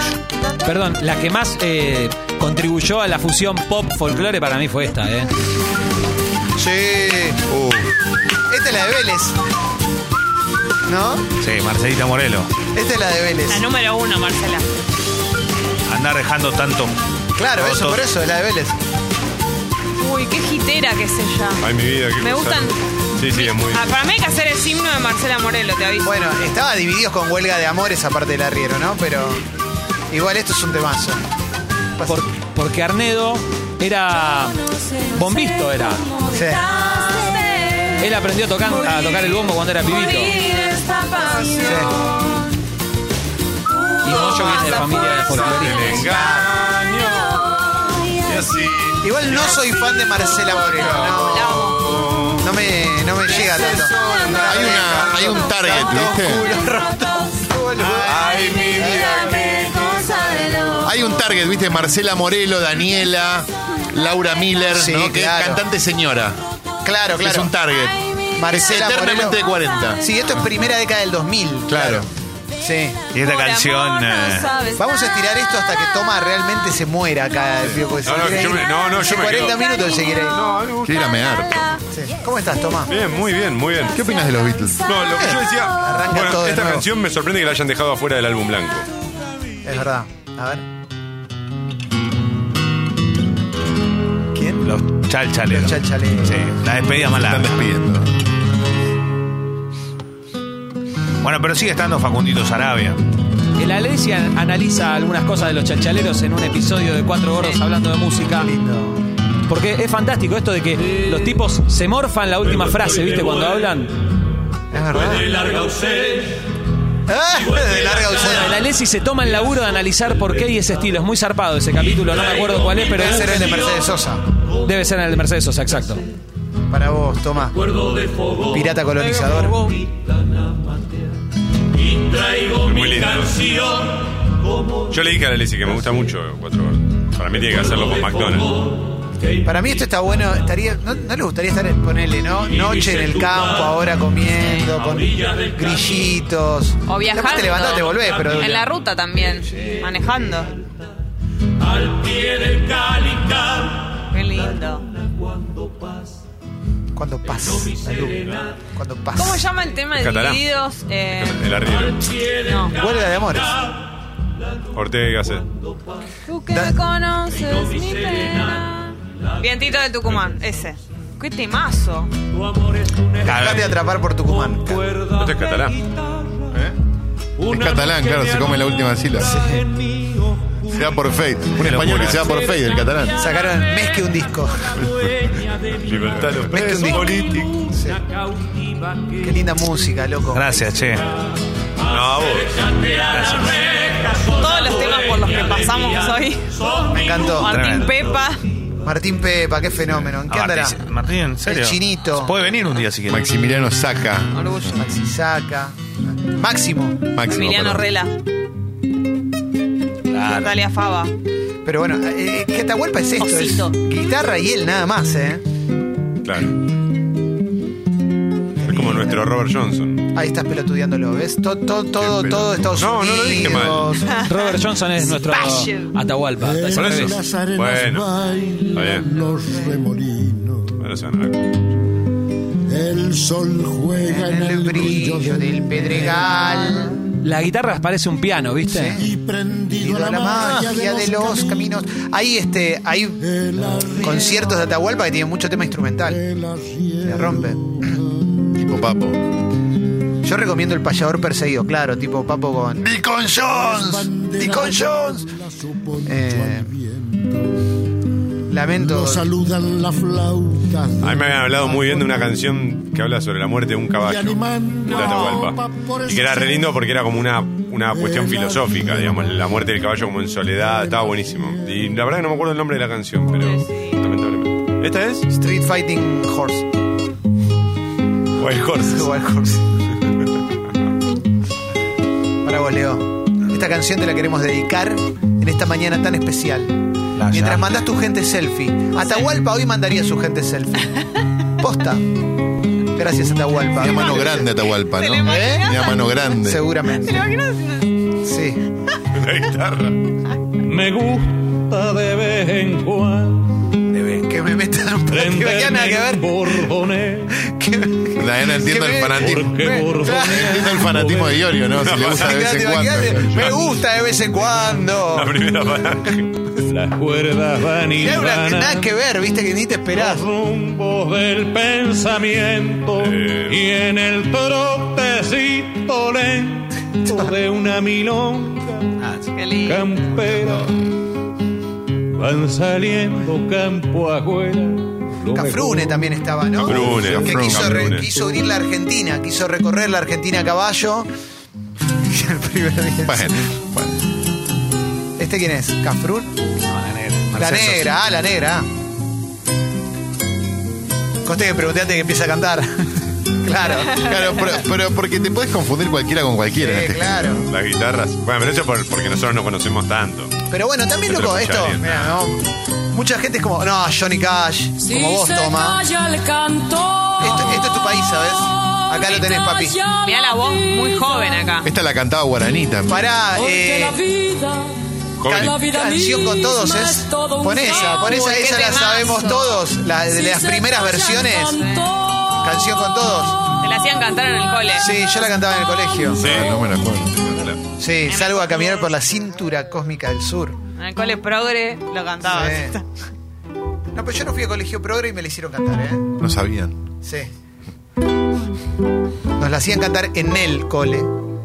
Perdón, la que más eh, contribuyó a la fusión pop-folclore para mí fue esta, ¿eh?
Sí. Uh. Esta es la de Vélez. ¿No?
Sí, Marcelita Morelo.
Esta es la de Vélez.
La número uno, Marcela.
Andar dejando tanto.
Claro, eso,
roto.
por eso, es la de Vélez.
Uy, qué jitera que es ella.
Ay, mi vida. qué
Me
cosa.
gustan-
Sí, sí, es muy.
Ah, para mí hay que hacer el himno de Marcela Morelo, te aviso.
Bueno, estaba divididos con huelga de amor esa parte del arriero, ¿no? Pero igual esto es un temazo. Pasa-
Por- porque Arnedo era. Bombisto era.
Sí.
Él aprendió a tocar, a tocar el bombo cuando era pibito. Y
Sí.
Moyo viene de familia de folcloristas.
Y así.
Igual no soy fan de Marcela Moreno. No, no me, no me llega tanto.
Hay, una, hay un target, ¿viste?
Ay, mi vida.
Hay un target, ¿viste? Marcela Morelo, Daniela, Laura Miller,
Sí,
¿no? Que
claro.
es cantante señora.
Claro,
Es
claro.
un target.
Marcela
Es eternamente
Morelo.
de 40.
Sí, esto es primera década del 2000.
Claro.
Sí.
Y esta canción. eh,
Vamos a estirar esto hasta que Toma realmente se muera acá. El piojo.
No, no, yo me- no, no, yo
Hace
me
40
quedo.
minutos se quiere ir.
No, a mí me gusta.
Quiero ir a mear.
Sí. ¿Cómo estás, Toma?
Bien, muy bien, muy bien.
¿Qué opinas de los Beatles?
No, lo que yo decía.
Arranca todo
Bueno,
de
esta
nuevo.
canción me sorprende que la hayan dejado afuera del álbum blanco.
Es verdad. A ver. ¿Quién?
los chalchaleros.
Los chalchaleros.
Sí, la despedida más
Están
larga.
despidiendo.
Bueno, pero sigue estando Facundito Sarabia.
El Alesia analiza algunas cosas de los chachaleros en un episodio de Cuatro Gordos hablando de música.
Lindo.
Porque es fantástico esto de que los tipos se morfan la última frase, ¿viste? Cuando hablan.
Es verdad. Ah, De larga
Bueno, el
ausencia.
Alesi se toma el laburo de analizar por qué y ese estilo. Es muy zarpado ese capítulo, no me acuerdo cuál es, pero
Debe ser el de Mercedes Sosa.
Debe ser en el de Mercedes Sosa, exacto.
Para vos, Toma. Pirata colonizador.
Muy lindo. Yo le dije a la Lizzy que me gusta mucho Cuatro Gordos. Para mí tiene que hacerlo con McDonald's.
Para mí esto está bueno. Estaría, no, no le gustaría estar, ponerle, ¿no? Noche en el campo, ahora comiendo, con grillitos.
O viajando.
Después te levantás, te volvés, pero.
En la ruta también, manejando. Qué lindo.
Cuando pasa la luna. Cuando pasa.
¿Cómo se llama el tema de
Catalán.
divididos? Eh,
El arriero.
no.
Huelga de amores.
Ortega y Gasset.
Tú que
Da-
me conoces mi pena. Vientito de Tucumán, ese. Qué temazo.
Dejate atrapar por Tucumán.
Esto es catalán. ¿Eh?
Es catalán, claro, se come la última sílaba. se da por Fade. Un español que se da por Fade, el catalán.
Sacaron mes que un disco.
Libertad los
Mezcla un
presos
disco.
políticos.
Sí. Qué linda música, loco.
Gracias, che.
No, a vos.
Todos los temas por los que pasamos hoy.
Me encantó.
Martín
Tremendo.
Pepa.
Martín Pepa, qué fenómeno. ¿En qué
Ah,
andará?
Martín, Martín, en serio.
El chinito.
Puede venir un día si quiere.
Maximiliano Saca.
Orgullo.
Maxi Saca. Máximo.
Máximo.
Emiliano
perdón.
Rela.
Claro.
Natalia Fava.
Pero bueno, eh, eh, que Atahualpa es esto. es
Osito.
guitarra y él nada más, ¿eh?
Claro. Es como nuestro Robert Johnson.
Ahí estás pelotudeándolo, ¿ves? Todo, todo, todo,
Qué
todo
pelotudo.
Estados
No, no
Unidos.
lo dije
Robert Johnson es nuestro
Fashion.
Atahualpa.
Eh,
Está
Por
al
eso.
revés.
Bueno. Está bien.
los remolinos.
Ahora se van a ver.
El sol juega
En el brillo del pedregal.
La guitarra parece un piano, ¿viste?
y prendido
Ido
a la, magia
de los caminos. Hay este, hay conciertos de Atahualpa que tienen mucho tema instrumental. Se rompe.
Tipo papo.
Yo recomiendo el payador perseguido, claro, tipo papo con.
Deacon Jones.
Deacon Jones. Eh, lamento.
Lo saludan las flautas.
A mí me habían hablado muy bien de una canción que habla sobre la muerte de un caballo. De Atahualpa. Y que era re lindo porque era como una, una cuestión filosófica, digamos, la muerte del caballo como en soledad, estaba buenísimo. Y la verdad que no me acuerdo el nombre de la canción, pero lamentablemente. ¿Esta es?
Street Fighting Horse.
Wild Horse.
Wild Horse. Para vos, Leo. Esta canción te la queremos dedicar en esta mañana tan especial. Mientras mandás tu gente selfie. Atahualpa hoy mandaría su gente selfie. Posta. Gracias, Atahualpa.
Tenía mano grande Atahualpa,
¿Te
¿no?
lo imaginas?
Tenía mano grande.
¿Te
Seguramente.
lo imaginas?
Sí.
La guitarra.
Me gusta de vez en cuando
Que me metan un poco. Que
prenderme
nada que ver.
un borboné,
Que me-
Diana entiendo
Que
el
me-
fanatismo.
porque
Me-
borboné
Entiendo el fanatismo de Iorio, ¿no? Si le gusta de vez en cuando.
Me gusta de vez en cuando.
La primera falange.
las cuerdas van y
Mirá, una- Nada
van
que ver, viste que ni te esperás.
los rumbos del pensamiento
Eh.
y en el trotecito lento de una milonga
Qué lindo.
campera van saliendo campo afuera lo
Cafrune
mejor.
también estaba, ¿no?
Cafrune,
que
Cafrune.
quiso, re-
Cafrune.
quiso unir la Argentina, quiso recorrer la Argentina a caballo. Y el primer día-
Bueno, bueno.
¿Este quién es? ¿Cafrún?
la negra.
La
Marcelo.
negra, ah, la negra. ah. Coste que pregunté antes que empiece a cantar. claro.
Claro, pero, pero porque te puedes confundir cualquiera con cualquiera. en
Eh,
este
claro.
Las guitarras. Bueno, pero eso por- porque nosotros no conocemos tanto.
Pero bueno, también,
No te lo
loco,
escucha
esto.
bien.
mirá, ¿no? Mucha gente es como, no, Johnny Cash, como vos, toma. Esto, esto es tu país, ¿sabes? Acá lo tenés, papi.
Mirá la voz muy joven acá.
Esta la cantaba Guaraní también.
Pará, eh,
Joven
Can- canción con todos es. Pon esa, pon esa,
Uy, qué
esa la
temazo.
sabemos todos. La, de las primeras versiones. Canción con todos.
Te la hacían cantar en el cole.
Sí, yo la cantaba en el colegio.
Sí.
Ah, No me la acuerdo.
Sí, salgo a caminar por la cintura cósmica del sur.
En el cole progre lo cantabas.
Sí. No, pero yo no fui a colegio progre y me la hicieron cantar, ¿eh?
No sabían.
Sí. Nos la hacían cantar en el cole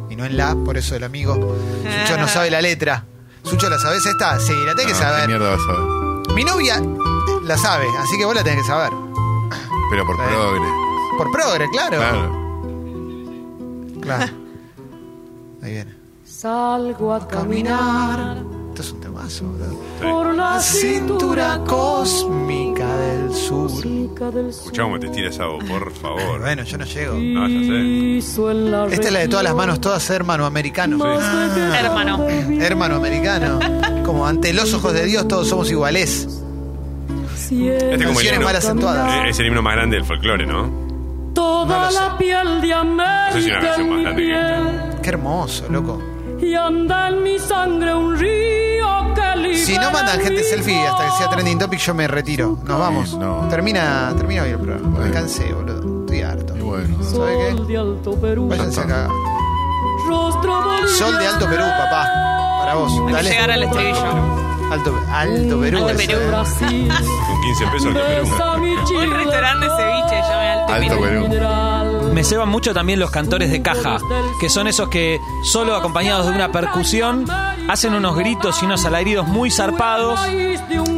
y no en la, por eso el amigo. Sucho no sabe la letra. Sucho, ¿la sabes esta? Sí, la tenés
No,
que
Ah, ¿Qué
saber.
mierda vas a ver?
Mi novia la sabe, así que vos la tenés que saber.
Pero por
Eh.
progre.
Por progre, claro.
Claro.
Claro. Ahí viene.
Salgo a
Caminar. Esto es un temazo, ¿verdad?
por la
Cintura cósmica del sur.
del
Escuchá cómo te tira esa voz, por favor.
Bueno, yo no llego.
No, ya sé.
en la
Esta es la de todas las manos, todas hermano americano.
Ah.
Ah,
Hermano.
Hermano americano. Como ante los ojos de Dios todos somos iguales.
Este es como el
Canciones
himno.
mal acentuadas.
eh, Es el himno más grande del folclore, ¿no?
No lo sé.
piel de
No sé si es una canción más grande que esta.
Qué hermoso, loco.
Y anda en mi sangre un río que
Si no mandan gente selfie hasta que sea trending topic, yo me retiro. Nos vamos.
no.
Termina, termina hoy el programa. Me
Bueno.
cansé, boludo. Estoy harto.
Y bueno.
¿Sabe qué?
de Alto Perú,
Váyanse acá.
rostro
Sol de Alto Perú, papá. Para vos.
Hay que
Dale.
llegar al estribillo.
Alto, Alto Perú.
Alto
ese,
Perú.
eh.
Brasil,
Con 15 pesos el de Perú.
mi
Un restaurante de ceviche, yo me
Alto Perú.
mineral.
me ceban mucho también los cantores de caja, que son esos que solo acompañados de una percusión hacen unos gritos y unos alaridos muy zarpados,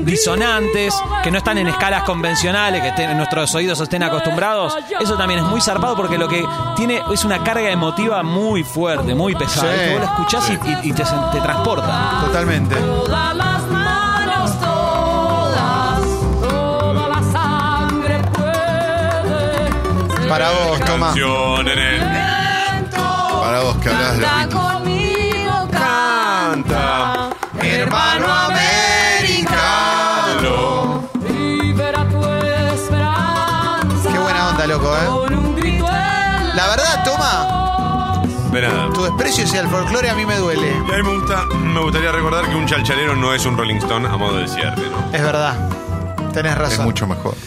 disonantes, que no están en escalas convencionales, que estén- nuestros oídos estén acostumbrados. Eso también es muy zarpado porque lo que tiene es una carga emotiva muy fuerte, muy pesada.
Sí.
Que vos la escuchás y, y- y te, sen- te transporta.
Totalmente.
Todas las manos, todas, toda la sangre puede.
Para vos, toma.
Canción en el-
Para vos que hablas de los
Canta
Beatles.
conmigo, canta. Hermano americano. Libera tu esperanza.
Qué buena onda, loco, ¿eh?
Con un grito en
La verdad, toma,
De nada.
tu desprecio hacia el folclore a mí me duele.
Y a mí me, gusta, me gustaría recordar que un chalchalero no es un Rolling Stone a modo de cierre, ¿no?
Es verdad. Tenés
Es
razón.
mucho mejor.